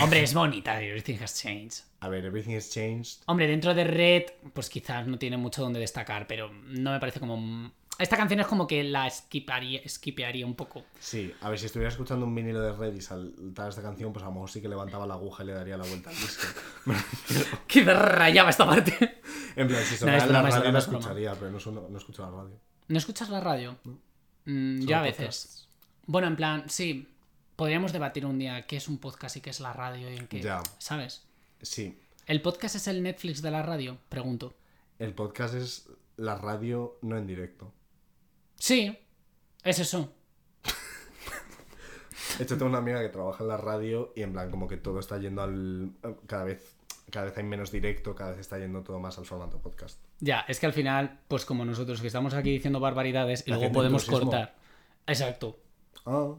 Speaker 1: Hombre, es bonita, Everything Has Changed.
Speaker 2: A ver, Everything Has Changed
Speaker 1: Hombre, dentro de Red, pues quizás no tiene mucho donde destacar, pero no me parece como. Esta canción es como que la skiparía, skipearía un poco.
Speaker 2: Sí, a ver, si estuviera escuchando un vinilo de Red y saltara esta canción, pues a lo mejor sí que levantaba la aguja y le daría la vuelta al disco.
Speaker 1: Quizás rayaba esta parte.
Speaker 2: En plan, si
Speaker 1: No, es
Speaker 2: sonara en la
Speaker 1: broma, es
Speaker 2: radio
Speaker 1: broma,
Speaker 2: la
Speaker 1: es broma.
Speaker 2: escucharía, pero no, sueno- no escucho la radio.
Speaker 1: ¿No escuchas la radio? Mm,
Speaker 2: Solo
Speaker 1: yo a
Speaker 2: podcasts.
Speaker 1: veces. Bueno, en plan, sí. Podríamos debatir un día qué es un podcast y qué es la radio y en qué.
Speaker 2: Ya.
Speaker 1: ¿Sabes?
Speaker 2: Sí,
Speaker 1: ¿El podcast es el Netflix de la radio? Pregunto.
Speaker 2: el podcast es la radio no en directo.
Speaker 1: Sí, es eso.
Speaker 2: De hecho, tengo una amiga que trabaja en la radio y en plan como que todo está yendo al... Cada vez, cada vez hay menos directo, cada vez está yendo todo más al formato podcast.
Speaker 1: Ya, es que al final, pues como nosotros que estamos aquí diciendo barbaridades y luego
Speaker 2: Haciendo
Speaker 1: podemos
Speaker 2: intrusismo.
Speaker 1: cortar. Exacto.
Speaker 2: Ah,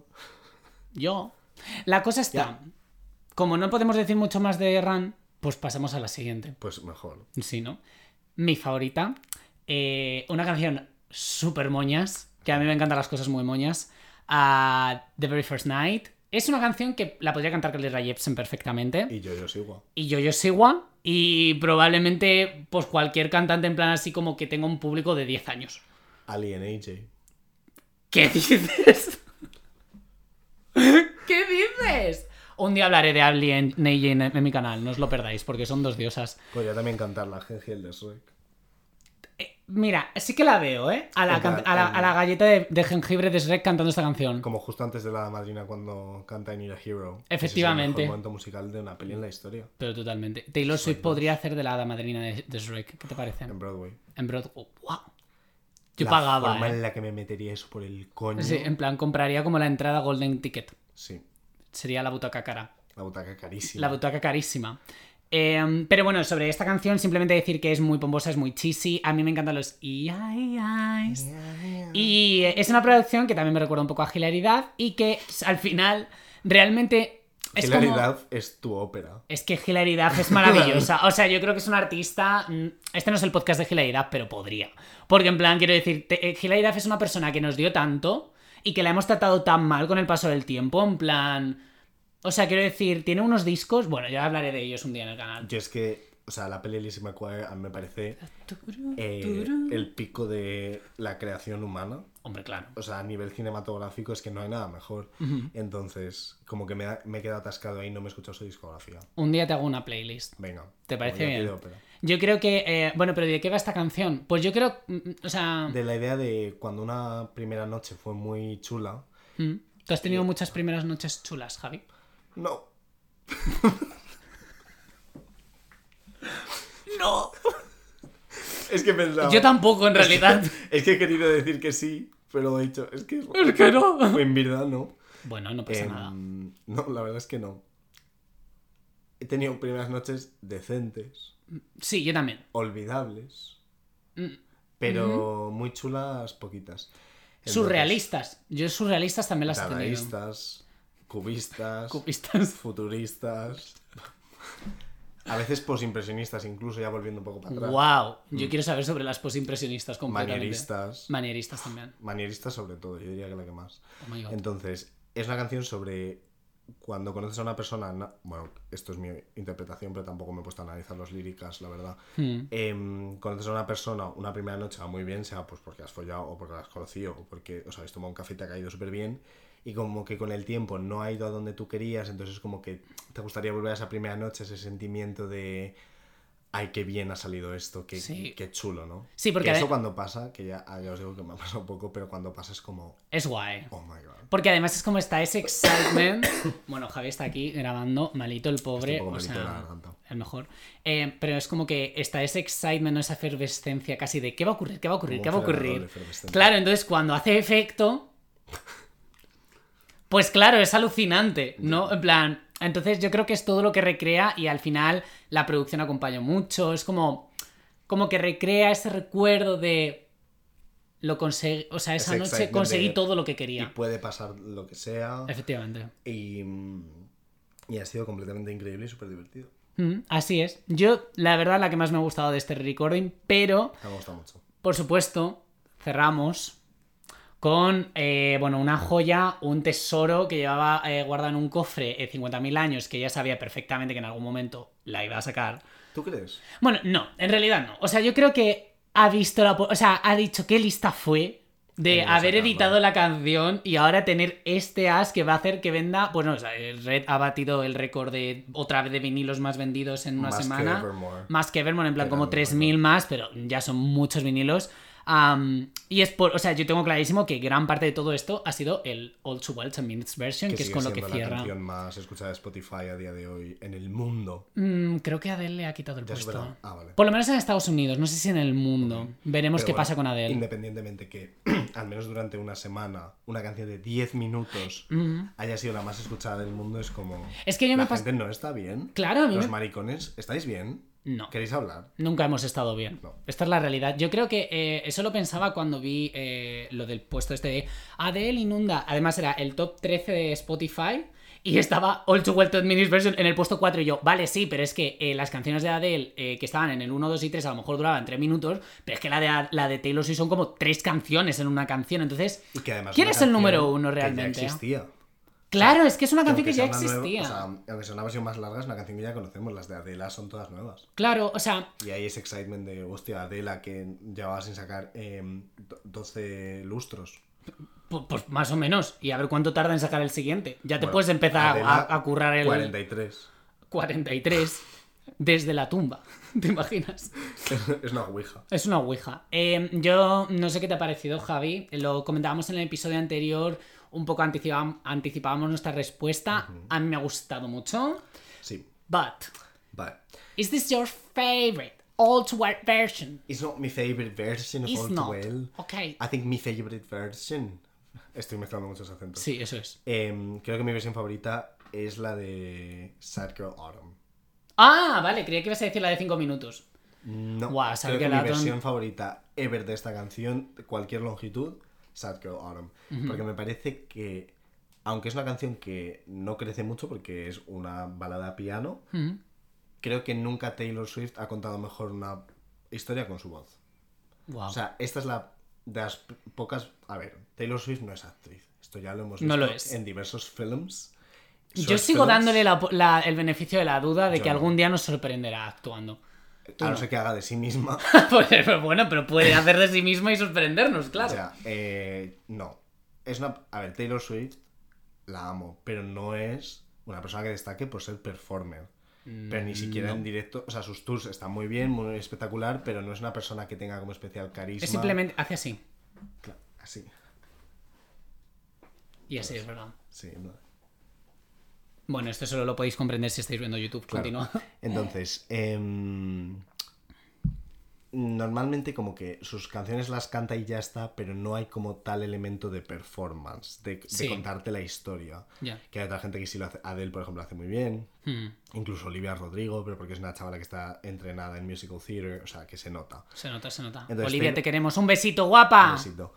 Speaker 1: Yo. La cosa está. Como no podemos decir mucho más de Ran, pues pasamos a la siguiente.
Speaker 2: pues mejor.
Speaker 1: Sí, ¿no? Mi favorita. eh, una canción súper moñas, que a mí me encantan las cosas muy moñas. a The Very First Night. Es una canción que la podría cantar Carly Rae Jepsen perfectamente.
Speaker 2: Y yo, yo sigo.
Speaker 1: Y Yo-Yo Siwa. Y probablemente, pues cualquier cantante en plan así como que tenga un público de 10 años.
Speaker 2: Alien AJ.
Speaker 1: ¿Qué dices? ¿Qué dices? Un día hablaré de Alien Neji en, en mi canal, no os lo perdáis, porque son dos diosas.
Speaker 2: Podría también cantar la Gengel de Shrek.
Speaker 1: Mira, sí que la veo, ¿eh? A la,
Speaker 2: Opa,
Speaker 1: can- a la- a la galleta de, de jengibre de Shrek cantando esta canción.
Speaker 2: Como justo antes de la madrina cuando canta I Need a Hero.
Speaker 1: Efectivamente.
Speaker 2: Ese Es el mejor momento musical de una peli en la historia.
Speaker 1: Pero totalmente. Taylor Swift podría hacer de la hada madrina de, de Shrek. ¿Qué te parece?
Speaker 2: En Broadway.
Speaker 1: En Broadway. Oh, ¡Wow! Yo
Speaker 2: la
Speaker 1: pagaba,
Speaker 2: forma
Speaker 1: ¿eh?
Speaker 2: en la que me metería eso por el coño.
Speaker 1: Sí,
Speaker 2: Sí.
Speaker 1: en plan, compraría como la entrada Golden Ticket. Sería la butaca cara.
Speaker 2: La butaca carísima.
Speaker 1: La butaca carísima. Eh, pero bueno, sobre esta canción, simplemente decir que es muy pomposa, es muy cheesy. A mí me encantan los EIs. Y eh, es una producción que también me recuerda un poco a Hilaridad y que s- al final realmente es como-
Speaker 2: Hilaridad es tu ópera.
Speaker 1: Es que Hilaridad es maravillosa. O sea, yo creo que es un artista. mm, Este no es el podcast de Hilaridad, pero podría. Porque, en plan, quiero decir, te- eh, Hilaridad es una persona que nos dio tanto y que la hemos tratado tan mal con el paso del tiempo. En plan. O sea, quiero decir, tiene unos discos. Bueno, ya hablaré de ellos un día en el canal.
Speaker 2: Yo es que, o sea, la peli de Lizzie McGuire a mí me parece eh, el pico de la creación humana.
Speaker 1: Hombre, claro.
Speaker 2: O sea, a nivel cinematográfico es que no hay nada mejor. Entonces, como que me, da- me he quedado atascado ahí, no me he escuchado su discografía.
Speaker 1: Un día te hago una playlist.
Speaker 2: Venga.
Speaker 1: ¿Te parece
Speaker 2: como yo
Speaker 1: bien?
Speaker 2: pido ópera.
Speaker 1: Yo creo que. eh, bueno, pero ¿de qué va esta canción? Pues yo creo. mm, mm, O sea.
Speaker 2: De la idea de cuando una primera noche fue muy chula.
Speaker 1: mm, Tú has tenido muchas primeras noches chulas, Javi.
Speaker 2: No.
Speaker 1: No.
Speaker 2: Es que pensaba.
Speaker 1: Yo tampoco, en realidad.
Speaker 2: Es que he querido decir que sí, pero lo he dicho. Es que.
Speaker 1: Es que no.
Speaker 2: En verdad no.
Speaker 1: Bueno, no pasa
Speaker 2: Em,
Speaker 1: nada.
Speaker 2: No, la verdad es que no. He tenido primeras noches decentes,
Speaker 1: Sí, yo también.
Speaker 2: olvidables,
Speaker 1: Mm.
Speaker 2: pero muy chulas, poquitas. Entonces,
Speaker 1: Surrealistas. Yo surrealistas también las he tenido.
Speaker 2: Dadaístas, cubistas,
Speaker 1: Cupistas.
Speaker 2: futuristas. A veces posimpresionistas, incluso ya volviendo un poco para atrás.
Speaker 1: Wow. Yo quiero saber sobre las posimpresionistas completamente.
Speaker 2: Mm. Manieristas.
Speaker 1: Manieristas también.
Speaker 2: Manieristas sobre todo, yo diría que la que más.
Speaker 1: Oh my God.
Speaker 2: Entonces, es una canción sobre cuando conoces a una persona, na- bueno, esto es mi interpretación, pero tampoco me he puesto a analizar las líricas, la verdad.
Speaker 1: Hmm.
Speaker 2: Em, conoces a una persona una primera noche, va muy bien, sea pues porque has follado o porque la has conocido o porque os habéis tomado un café y te ha caído súper bien. Y como que con el tiempo no ha ido a donde tú querías, entonces como que te gustaría volver a esa primera noche, ese sentimiento de, ay, qué bien ha salido esto, qué,
Speaker 1: Sí.
Speaker 2: qué chulo, ¿no?
Speaker 1: Sí, porque
Speaker 2: Que
Speaker 1: a
Speaker 2: eso
Speaker 1: ver-
Speaker 2: cuando pasa, que ya, ya os digo que me ha pasado poco, pero cuando pasa es como,
Speaker 1: Es guay.
Speaker 2: oh my god.
Speaker 1: Porque además es como está ese excitement. bueno, Javi está aquí grabando, malito el pobre.
Speaker 2: Estoy un poco
Speaker 1: o
Speaker 2: malito de la
Speaker 1: sea,
Speaker 2: garganta.
Speaker 1: el mejor. Eh, pero es como que está ese excitement, ¿no? esa efervescencia casi de ¿qué va a ocurrir? ¿Qué va a ocurrir?
Speaker 2: Como
Speaker 1: ¿Qué va a
Speaker 2: un generador
Speaker 1: ocurrir?
Speaker 2: de efervescencia.
Speaker 1: Claro, entonces cuando hace efecto, pues claro, es alucinante, ¿no? En plan, entonces yo creo que es todo lo que recrea y al final la producción acompaña mucho, es como, como que recrea ese recuerdo de lo conseguí, o sea, esa
Speaker 2: Ese
Speaker 1: noche
Speaker 2: excitement
Speaker 1: conseguí
Speaker 2: de-
Speaker 1: todo lo que
Speaker 2: Y
Speaker 1: quería.
Speaker 2: puede pasar lo que sea.
Speaker 1: Efectivamente.
Speaker 2: Y, mm, y ha sido completamente increíble y súper divertido.
Speaker 1: Mm, así es. Yo, la verdad, la que más me ha gustado de este recording, pero
Speaker 2: Me ha gustado mucho.
Speaker 1: Por supuesto, cerramos con eh, bueno, una joya, un tesoro que llevaba eh, guardado en un cofre eh, 50.000 años, que ya sabía perfectamente que en algún momento la iba a sacar.
Speaker 2: ¿Tú crees?
Speaker 1: Bueno, no, en realidad no. O sea, yo creo que ha visto la... po- O sea, ha dicho qué lista fue De
Speaker 2: Tengo que
Speaker 1: haber
Speaker 2: sacarlo.
Speaker 1: editado la canción y ahora tener este as que va a hacer que venda. Bueno, o sea, el Red ha batido el récord de otra vez de vinilos más vendidos en una
Speaker 2: Más que
Speaker 1: semana.
Speaker 2: Evermore.
Speaker 1: Más que Evermore, en plan
Speaker 2: Era
Speaker 1: como
Speaker 2: muy
Speaker 1: 3.000 más, pero ya son muchos vinilos. Am, y es por. O sea, yo tengo clarísimo que gran parte de todo esto ha sido el All Too Well 10 Minutes Version, que, es
Speaker 2: sigue
Speaker 1: con lo que
Speaker 2: siendo la
Speaker 1: cierra.
Speaker 2: canción más escuchada de Spotify a día de hoy en el mundo.
Speaker 1: Mm, creo que Adele le ha quitado el
Speaker 2: Ya
Speaker 1: puesto.
Speaker 2: superó. Ah, vale.
Speaker 1: Por lo menos en Estados Unidos, no sé si en el mundo. Veremos
Speaker 2: Pero
Speaker 1: qué
Speaker 2: bueno,
Speaker 1: pasa con Adele.
Speaker 2: Independientemente que, al menos durante una semana, una canción de 10 minutos
Speaker 1: Mm.
Speaker 2: haya sido la más escuchada del mundo, es como.
Speaker 1: Es que yo
Speaker 2: la
Speaker 1: me pas-
Speaker 2: gente no está bien.
Speaker 1: Claro, a mí
Speaker 2: Los
Speaker 1: me-
Speaker 2: maricones, ¿estáis bien?
Speaker 1: No.
Speaker 2: ¿Queréis hablar?
Speaker 1: Nunca hemos estado bien.
Speaker 2: No.
Speaker 1: Esta es la realidad. Yo creo que eh, eso lo pensaba cuando vi eh, lo del puesto este de Adele inunda. Además era el top 13 de Spotify y estaba All Too Well 10 Minutes Version en el puesto 4 y yo, vale, sí, pero es que eh, las canciones de Adele eh, que estaban en el 1, 2 y 3 a lo mejor duraban 3 minutos, pero es que la de, la de Taylor Swift son como 3 canciones en una canción. Entonces,
Speaker 2: Y que además
Speaker 1: ¿Quién
Speaker 2: una
Speaker 1: es el número
Speaker 2: canción
Speaker 1: uno
Speaker 2: que
Speaker 1: realmente?
Speaker 2: ya existía.
Speaker 1: claro, es que es una
Speaker 2: Que
Speaker 1: canción
Speaker 2: aunque
Speaker 1: que ya
Speaker 2: sea una nueva-
Speaker 1: existía.
Speaker 2: o sea, um, aunque sea una versión más larga, es una canción que ya conocemos. Las de Adela son todas nuevas.
Speaker 1: Claro, o sea,
Speaker 2: Y ahí ese excitement de, hostia, Adela, que llevaba sin sacar eh, 12 lustros.
Speaker 1: pu- pues más o menos. Y a ver cuánto tarda en sacar el siguiente. Ya te
Speaker 2: Bueno,
Speaker 1: puedes empezar a-
Speaker 2: Adela,
Speaker 1: a, a currar el...
Speaker 2: 43.
Speaker 1: 43 desde la tumba. ¿Te imaginas?
Speaker 2: es una ouija.
Speaker 1: Es una ouija. Eh, yo no sé qué te ha parecido, Javi. Lo comentábamos en el episodio anterior. Un poco anticipa- anticipábamos nuestra respuesta. A mí me ha gustado mucho.
Speaker 2: Sí,
Speaker 1: But,
Speaker 2: vale.
Speaker 1: is this your favorite all to white version?
Speaker 2: It's not my favorite version of
Speaker 1: It's
Speaker 2: All Too
Speaker 1: not.
Speaker 2: Well.
Speaker 1: Ok.
Speaker 2: I think my favorite version... Estoy mezclando muchos acentos.
Speaker 1: Sí, eso es.
Speaker 2: Em, creo que mi versión favorita es la de Sad Girl Autumn.
Speaker 1: Ah, vale, creía que ibas a decir la de 5 minutos.
Speaker 2: No,
Speaker 1: Guau, Sad
Speaker 2: creo que
Speaker 1: Girl
Speaker 2: mi
Speaker 1: Autumn.
Speaker 2: versión favorita ever de esta canción, de cualquier longitud, Sad Girl Autumn. Porque me parece que, aunque es una canción que no crece mucho porque es una balada a piano,
Speaker 1: Mm.
Speaker 2: creo que nunca Taylor Swift ha contado mejor una historia con su voz.
Speaker 1: Wow.
Speaker 2: O sea, esta es la de las p- pocas... A ver, Taylor Swift no es actriz. Esto ya lo hemos visto
Speaker 1: No lo es.
Speaker 2: en diversos films.
Speaker 1: yo
Speaker 2: short
Speaker 1: sigo
Speaker 2: films.
Speaker 1: dándole la- la- el beneficio de la duda de
Speaker 2: Yo
Speaker 1: que
Speaker 2: no.
Speaker 1: algún día nos sorprenderá actuando.
Speaker 2: A no ser que haga de sí misma.
Speaker 1: Pues, pero bueno, pero puede hacer de sí mismo y sorprendernos, claro.
Speaker 2: O sea, eh, no. Es una... A ver, Taylor Swift la amo, pero no es una persona que destaque por ser performer.
Speaker 1: Mm,
Speaker 2: Pero ni siquiera en directo, o sea, sus tours están muy bien, muy espectacular, pero no es una persona que tenga como especial carisma.
Speaker 1: es simplemente hace así.
Speaker 2: Cla- Así,
Speaker 1: Y así es verdad.
Speaker 2: sí. no.
Speaker 1: Bueno, esto solo lo podéis comprender si estáis viendo YouTube.
Speaker 2: Claro.
Speaker 1: Continúa.
Speaker 2: Entonces, em, normalmente como que sus canciones las canta y ya está, pero no hay como tal elemento de performance, de, de
Speaker 1: Sí.
Speaker 2: contarte la historia.
Speaker 1: Ya.
Speaker 2: Que hay otra gente que sí lo hace, Adele por ejemplo lo hace muy bien,
Speaker 1: Hmm,
Speaker 2: incluso Olivia Rodrigo, pero porque es una chavala que está entrenada en musical theater, o sea, que se nota.
Speaker 1: Se nota, se nota.
Speaker 2: Entonces,
Speaker 1: Olivia,
Speaker 2: tengo-
Speaker 1: te queremos. ¡Un besito, guapa!
Speaker 2: Besito.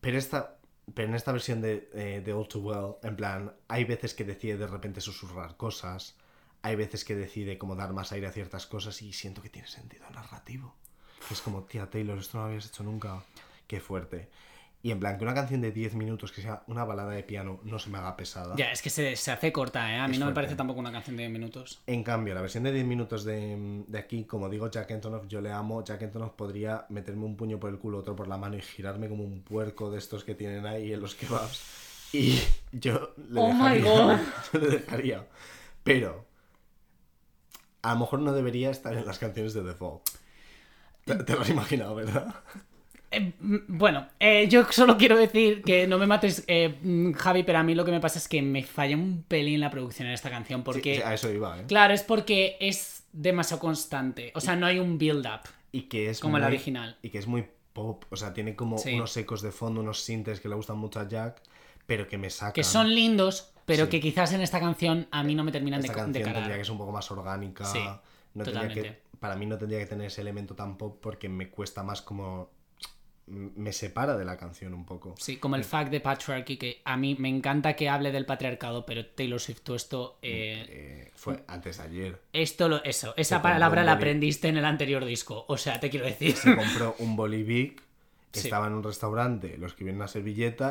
Speaker 2: Pero esta, pero en esta versión de, eh, de All Too Well, en plan, hay veces que decide de repente susurrar cosas, hay veces que decide como dar más aire a ciertas cosas y siento que tiene sentido narrativo. Que es como, tía Taylor, esto no lo habías hecho nunca. Qué fuerte. Y en plan, que una canción de 10 minutos que sea una balada de piano no se me haga pesada.
Speaker 1: Ya, es que se, se hace corta, ¿eh? A mí
Speaker 2: Es
Speaker 1: no me
Speaker 2: fuerte.
Speaker 1: parece tampoco una canción de 10 minutos.
Speaker 2: En cambio, la versión de 10 minutos de, de aquí, como digo, Jack Antonoff, yo le amo. Jack Antonoff podría meterme un puño por el culo, otro por la mano y girarme como un puerco de estos que tienen ahí en los kebabs. Y yo le,
Speaker 1: Oh my
Speaker 2: dejaría,
Speaker 1: God.
Speaker 2: yo le dejaría. Pero a lo mejor no debería estar en las canciones de Default. Te, te lo has imaginado, ¿verdad?
Speaker 1: Eh, mm, bueno, eh, yo solo quiero decir que no me mates, eh, mm, Javi, pero a mí lo que me pasa es que me falla un pelín la producción en esta canción porque...
Speaker 2: Sí, sí, a eso iba, ¿eh?
Speaker 1: Claro, es porque es demasiado constante. O sea, no hay un build-up.
Speaker 2: Y que es
Speaker 1: Como el
Speaker 2: muy-
Speaker 1: original.
Speaker 2: Y que es muy pop. O sea, tiene como
Speaker 1: Sí.
Speaker 2: unos ecos de fondo, unos sintes que le gustan mucho a Jack, pero que me sacan.
Speaker 1: Que son lindos, pero
Speaker 2: Ah. Sí.
Speaker 1: que quizás en esta canción a mí no me terminan de,
Speaker 2: Esta
Speaker 1: de
Speaker 2: canción
Speaker 1: calar.
Speaker 2: tendría que ser un poco más orgánica.
Speaker 1: Sí,
Speaker 2: no tendría que-
Speaker 1: totalmente.
Speaker 2: para mí no tendría que tener ese elemento tan pop porque me cuesta más como... m- Me separa de la canción un poco.
Speaker 1: Sí, como el fact de patriarchy, que a mí me encanta que hable del patriarcado, pero Taylor Swift, tú esto... eh,
Speaker 2: Eh, fue antes de ayer.
Speaker 1: esto, lo, eso, esa
Speaker 2: Se compró
Speaker 1: palabra
Speaker 2: un
Speaker 1: la
Speaker 2: boli-
Speaker 1: aprendiste en el anterior disco. O sea, te quiero decir...
Speaker 2: Se compró un bolivic,
Speaker 1: Sí.
Speaker 2: estaba en un restaurante, lo escribió en una servilleta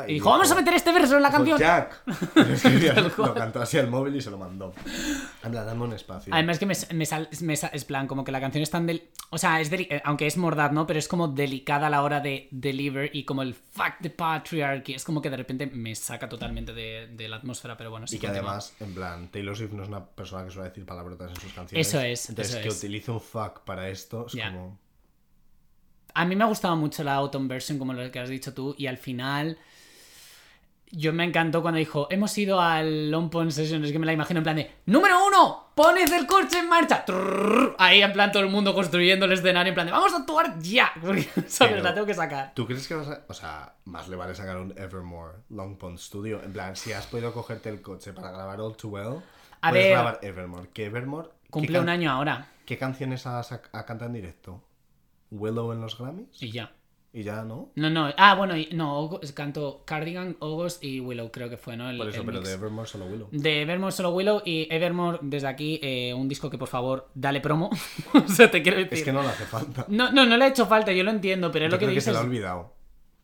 Speaker 2: y... "Pues
Speaker 1: Y dijo, vamos a meter este verso en la
Speaker 2: dijo,
Speaker 1: canción.
Speaker 2: Jack. Lo, escribió, lo cantó así al móvil y se lo mandó. En plan, dame un espacio.
Speaker 1: Además que me, me sal- me sa- es plan, como que la canción es tan del... O sea, es deli- eh, aunque es mordaz, ¿no? Pero es como delicada a la hora de deliver y como el fuck the patriarchy. Es como que de repente me saca totalmente de, de la atmósfera, pero bueno, sí
Speaker 2: Y que
Speaker 1: continúa.
Speaker 2: además, en plan, Taylor Swift no es una persona que suele decir palabrotas en sus canciones.
Speaker 1: Eso es,
Speaker 2: Entonces,
Speaker 1: eso
Speaker 2: que
Speaker 1: es.
Speaker 2: utilice un fuck para esto es
Speaker 1: Ya.
Speaker 2: como.
Speaker 1: A mí me ha gustado mucho la Autumn version, como lo que has dicho tú, y al final. Yo me encantó cuando dijo, hemos ido al Long Pond Session, es que me la imagino en plan de, número uno, pones el coche en marcha. Trrrr. ahí en plan todo el mundo construyendo el escenario, en plan de, vamos a actuar ya. Porque, ¿sabes?
Speaker 2: Pero-
Speaker 1: La tengo que sacar.
Speaker 2: ¿Tú crees que vas a.? O sea, más le vale sacar un Evermore Long Pond Studio. En plan, si has podido cogerte el coche para grabar All Too Well,
Speaker 1: A
Speaker 2: puedes
Speaker 1: ver.
Speaker 2: grabar Evermore. Que Evermore. ¿qué
Speaker 1: Cumple
Speaker 2: can-
Speaker 1: un año ahora.
Speaker 2: ¿Qué canciones has a, a cantar en directo? ¿Willow en los Grammys?
Speaker 1: Y ya.
Speaker 2: Y ya no.
Speaker 1: No, no. Ah, bueno, y- no, August- canto Cardigan, August y Willow, creo que fue, ¿no? El-
Speaker 2: Por eso,
Speaker 1: el
Speaker 2: pero
Speaker 1: mix.
Speaker 2: de Evermore solo Willow.
Speaker 1: De Evermore Solo Willow y Evermore, desde aquí, eh, un disco que por favor, dale promo. o sea, te quiero decir.
Speaker 2: Es que no le hace falta.
Speaker 1: No, no, no le ha hecho falta, yo lo entiendo, pero es
Speaker 2: Yo
Speaker 1: lo que
Speaker 2: creo que se
Speaker 1: dices.
Speaker 2: lo ha olvidado. ha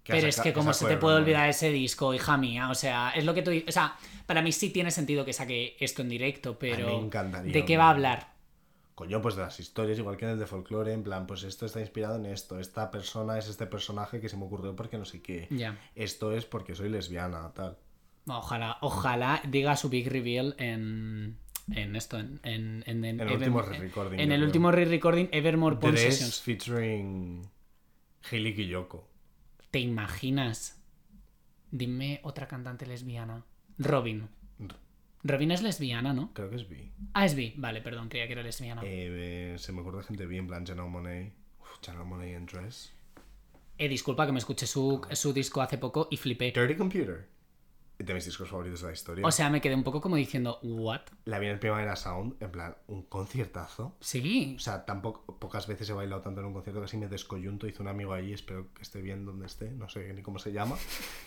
Speaker 1: pero es
Speaker 2: saca-
Speaker 1: que cómo se
Speaker 2: sacó
Speaker 1: te puede
Speaker 2: Evermore.
Speaker 1: olvidar ese disco, hija mía. O sea, es lo que tú dices. O sea, para mí sí tiene sentido que saque esto en directo, pero.
Speaker 2: me encantaría,
Speaker 1: ¿De qué
Speaker 2: hombre.
Speaker 1: va a hablar?
Speaker 2: Coño, pues de las historias, igual que en el de folclore, en plan, pues esto está inspirado en esto, esta persona es este personaje que se me ocurrió porque no sé qué.
Speaker 1: Ya.
Speaker 2: Esto es porque soy lesbiana, tal.
Speaker 1: Ojalá, ojalá diga su big reveal en. En esto, en, en, en,
Speaker 2: En el último re-recording,
Speaker 1: En
Speaker 2: yo
Speaker 1: el
Speaker 2: creo.
Speaker 1: último re-recording, Evermore Pond
Speaker 2: Tres
Speaker 1: Sessions.
Speaker 2: featuring Hailey Kiyoko.
Speaker 1: ¿Te imaginas? Dime otra cantante lesbiana. Robin.
Speaker 2: R-
Speaker 1: Robin es lesbiana, ¿no?
Speaker 2: Creo que es bi.
Speaker 1: Ah, es bi. Vale, perdón, creía que era lesbiana.
Speaker 2: Eh, eh, se me ocurre gente bi, en plan Janelle Monet. Uf, Janelle Monet en dress.
Speaker 1: Eh, disculpa que me escuché su, su disco hace poco y flipé.
Speaker 2: Dirty Computer. De mis discos favoritos de la historia.
Speaker 1: O sea, me quedé un poco como diciendo, ¿what?
Speaker 2: la vi en el Primavera Sound, en plan, un conciertazo.
Speaker 1: Sí.
Speaker 2: O sea, tampoco pocas veces he bailado tanto en un concierto que así me descoyunto. Hice un amigo ahí, espero que esté bien donde esté, no sé ni cómo se llama.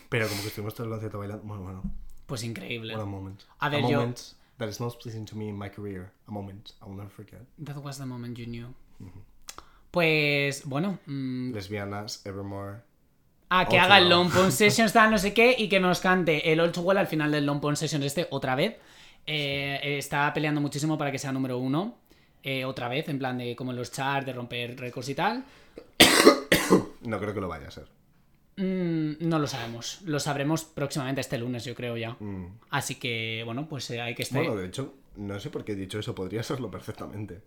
Speaker 2: Pero como que estuvimos todo el concierto bailando. Bueno, bueno,
Speaker 1: Pues increíble.
Speaker 2: what a moment.
Speaker 1: A ver, yo-
Speaker 2: moment that is most pleasing to me in my career. A moment I will never forget.
Speaker 1: That was the moment you knew. Pues, bueno. mm,
Speaker 2: Lesbianas, Evermore.
Speaker 1: Ah, que
Speaker 2: Ocho,
Speaker 1: haga el
Speaker 2: no.
Speaker 1: Long Pond Sessions, tal, no sé qué, y que nos cante el Old Well al final del Long Pond Sessions este otra vez. Eh, eh, está peleando muchísimo para que sea número uno. eh, otra vez, en plan de como en los charts, de romper récords y tal.
Speaker 2: No creo que lo vaya a ser.
Speaker 1: Mm, no lo sabemos. Lo sabremos próximamente este lunes, yo creo ya. Así que, bueno, pues eh, hay que estar.
Speaker 2: Mm. Bueno, de hecho, no sé por qué he dicho eso, podría serlo perfectamente.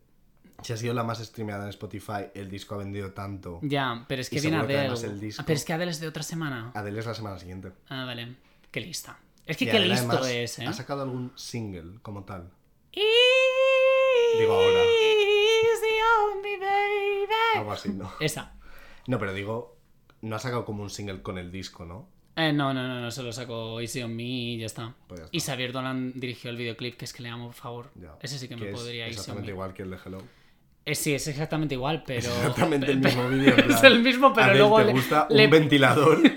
Speaker 2: Si ha sido la más streameada en Spotify, el disco ha vendido tanto.
Speaker 1: Ya, pero es que
Speaker 2: Y
Speaker 1: viene
Speaker 2: seguro que
Speaker 1: Adele.
Speaker 2: además el disco-
Speaker 1: Ah, pero es que Adele es de otra semana.
Speaker 2: Adele es la semana siguiente.
Speaker 1: Ah, vale. Qué lista. Es que
Speaker 2: Y
Speaker 1: qué
Speaker 2: Adele,
Speaker 1: listo
Speaker 2: además,
Speaker 1: es, ¿eh?
Speaker 2: ¿Ha sacado algún single como tal?
Speaker 1: Digo
Speaker 2: Digo ahora.
Speaker 1: baby. Eh.
Speaker 2: Algo así, ¿no?
Speaker 1: Esa.
Speaker 2: No, pero digo, no ha sacado como un single con el disco, ¿no?
Speaker 1: Eh, no, no, no, no, solo sacó Easy on Me y ya está.
Speaker 2: Pues ya está.
Speaker 1: Y Xavier Dolan dirigió el videoclip, que es que le amo, por favor.
Speaker 2: Ya.
Speaker 1: Ese sí que me
Speaker 2: es
Speaker 1: podría Easy on
Speaker 2: Exactamente
Speaker 1: Me.
Speaker 2: igual que el de Hello.
Speaker 1: Eh, sí, es exactamente igual, pero.
Speaker 2: Exactamente el
Speaker 1: pe-
Speaker 2: mismo vídeo. en
Speaker 1: es
Speaker 2: plan,
Speaker 1: el mismo, pero
Speaker 2: Adele,
Speaker 1: luego
Speaker 2: te
Speaker 1: le-
Speaker 2: gusta
Speaker 1: le-
Speaker 2: un ventilador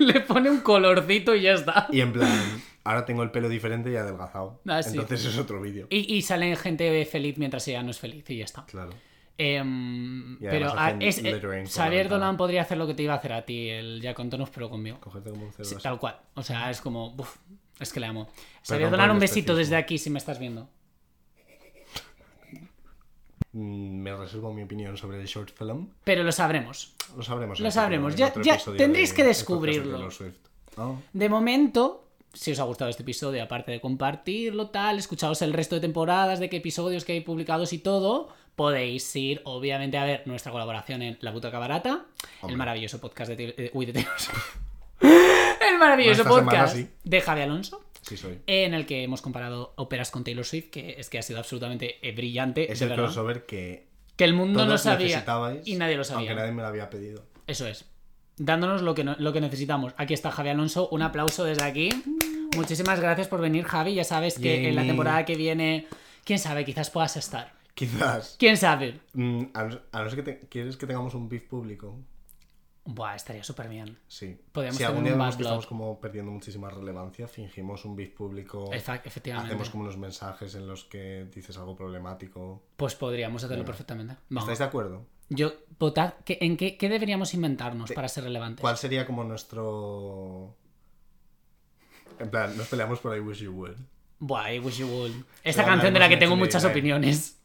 Speaker 1: Le pone un colorcito y ya está.
Speaker 2: y en plan, ahora tengo el pelo diferente y adelgazado.
Speaker 1: Ah, sí.
Speaker 2: Entonces es otro vídeo.
Speaker 1: Y, y sale gente feliz mientras ella no es feliz y ya está.
Speaker 2: Claro.
Speaker 1: Em,
Speaker 2: Y
Speaker 1: pero
Speaker 2: además
Speaker 1: ah,
Speaker 2: hacen
Speaker 1: es, eh,
Speaker 2: lettering por la
Speaker 1: Xavier
Speaker 2: ventana.
Speaker 1: Dolan podría hacer lo que te iba a hacer a ti, el ya contanos, pero conmigo.
Speaker 2: Cogerte como un cerdo.
Speaker 1: Sí,
Speaker 2: así.
Speaker 1: tal cual. O sea, es como. uf, es que le amo. Xavier
Speaker 2: por
Speaker 1: Dolan,
Speaker 2: el
Speaker 1: un besito
Speaker 2: especismo.
Speaker 1: desde aquí si me estás viendo.
Speaker 2: Mm, Me reservo mi opinión sobre el short film.
Speaker 1: Pero lo sabremos.
Speaker 2: Lo sabremos.
Speaker 1: Lo
Speaker 2: en
Speaker 1: sabremos.
Speaker 2: otro- en
Speaker 1: Ya-
Speaker 2: otro
Speaker 1: ya
Speaker 2: episodio
Speaker 1: tendréis
Speaker 2: de-
Speaker 1: que
Speaker 2: del podcast de
Speaker 1: descubrirlo.
Speaker 2: Taylor Swift. Ah,
Speaker 1: De momento, si os ha gustado este episodio, aparte de compartirlo, tal, escuchaos el resto de temporadas, de qué episodios que hay publicados y todo, podéis ir, obviamente, a ver nuestra colaboración en La Butaca Barata, el
Speaker 2: Hombre.
Speaker 1: maravilloso podcast de... Taylor- eh, uy, de Taylor Swift. el maravilloso
Speaker 2: Bueno, esta semana
Speaker 1: podcast
Speaker 2: sí.
Speaker 1: de Javi Alonso.
Speaker 2: sí, soy.
Speaker 1: En el que hemos comparado óperas con Taylor Swift, que es que ha sido absolutamente eh, brillante,
Speaker 2: Es
Speaker 1: de
Speaker 2: el
Speaker 1: verdad.
Speaker 2: crossover que
Speaker 1: Que el mundo
Speaker 2: todos
Speaker 1: no sabía
Speaker 2: necesitabais.
Speaker 1: y nadie lo sabía.
Speaker 2: Aunque nadie me lo había pedido.
Speaker 1: Eso es. Dándonos lo que, no- lo que necesitamos. Aquí está Javi Alonso. Un aplauso desde aquí. Muchísimas gracias por venir, Javi. Ya sabes que en la
Speaker 2: Yay.
Speaker 1: temporada que viene, quién sabe, quizás puedas estar.
Speaker 2: Quizás.
Speaker 1: ¿Quién sabe?
Speaker 2: Mm, a, no, a no ser que te- quieres que tengamos un beef público.
Speaker 1: Buah, estaría súper bien.
Speaker 2: Sí.
Speaker 1: Podríamos
Speaker 2: si algún
Speaker 1: tener
Speaker 2: día
Speaker 1: un
Speaker 2: vemos
Speaker 1: bad
Speaker 2: que
Speaker 1: blood.
Speaker 2: estamos como perdiendo muchísima relevancia, fingimos un beef público.
Speaker 1: Efa- Efectivamente.
Speaker 2: Oh, Hacemos como unos mensajes en los que dices algo problemático.
Speaker 1: Pues podríamos hacerlo perfectamente. Vamos.
Speaker 2: ¿Estáis de acuerdo?
Speaker 1: Yo, votad, que- ¿en qué, qué deberíamos inventarnos para ser relevantes?
Speaker 2: Eh, ¿Cuál sería como nuestro. En plan, nos peleamos por I wish you would.
Speaker 1: Buah, I wish you would. Esta
Speaker 2: La
Speaker 1: canción de la que
Speaker 2: Nightmare
Speaker 1: tengo
Speaker 2: Chili,
Speaker 1: muchas
Speaker 2: eh.
Speaker 1: opiniones.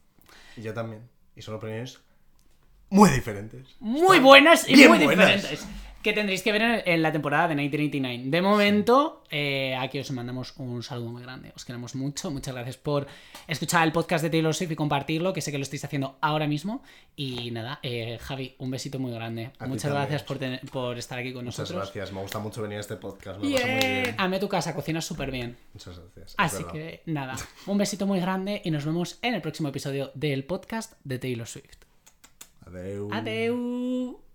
Speaker 2: Yo también. Y son opiniones muy diferentes.
Speaker 1: Muy buenas y
Speaker 2: Bien
Speaker 1: muy
Speaker 2: buenas.
Speaker 1: diferentes. Que tendréis que ver en, en la temporada de 1989. De momento, eh, aquí os mandamos un saludo muy grande. Os queremos mucho. Muchas gracias por escuchar el podcast de Taylor Swift y compartirlo, que sé que lo estáis haciendo ahora mismo. Y nada, eh, Javi, un besito muy grande.
Speaker 2: A ti
Speaker 1: Muchas
Speaker 2: también.
Speaker 1: gracias por, tener- por estar aquí con
Speaker 2: Muchas
Speaker 1: nosotros.
Speaker 2: gracias. Me gusta mucho venir a este podcast. Me lo paso muy
Speaker 1: Bien.
Speaker 2: bien.
Speaker 1: Ame tu casa, cocinas súper bien.
Speaker 2: Muchas gracias. es
Speaker 1: Así
Speaker 2: verdad.
Speaker 1: que nada, un besito muy grande y nos
Speaker 2: Uh.
Speaker 1: vemos en el próximo episodio del podcast de Taylor Swift.
Speaker 2: Adeu.
Speaker 1: Adeu.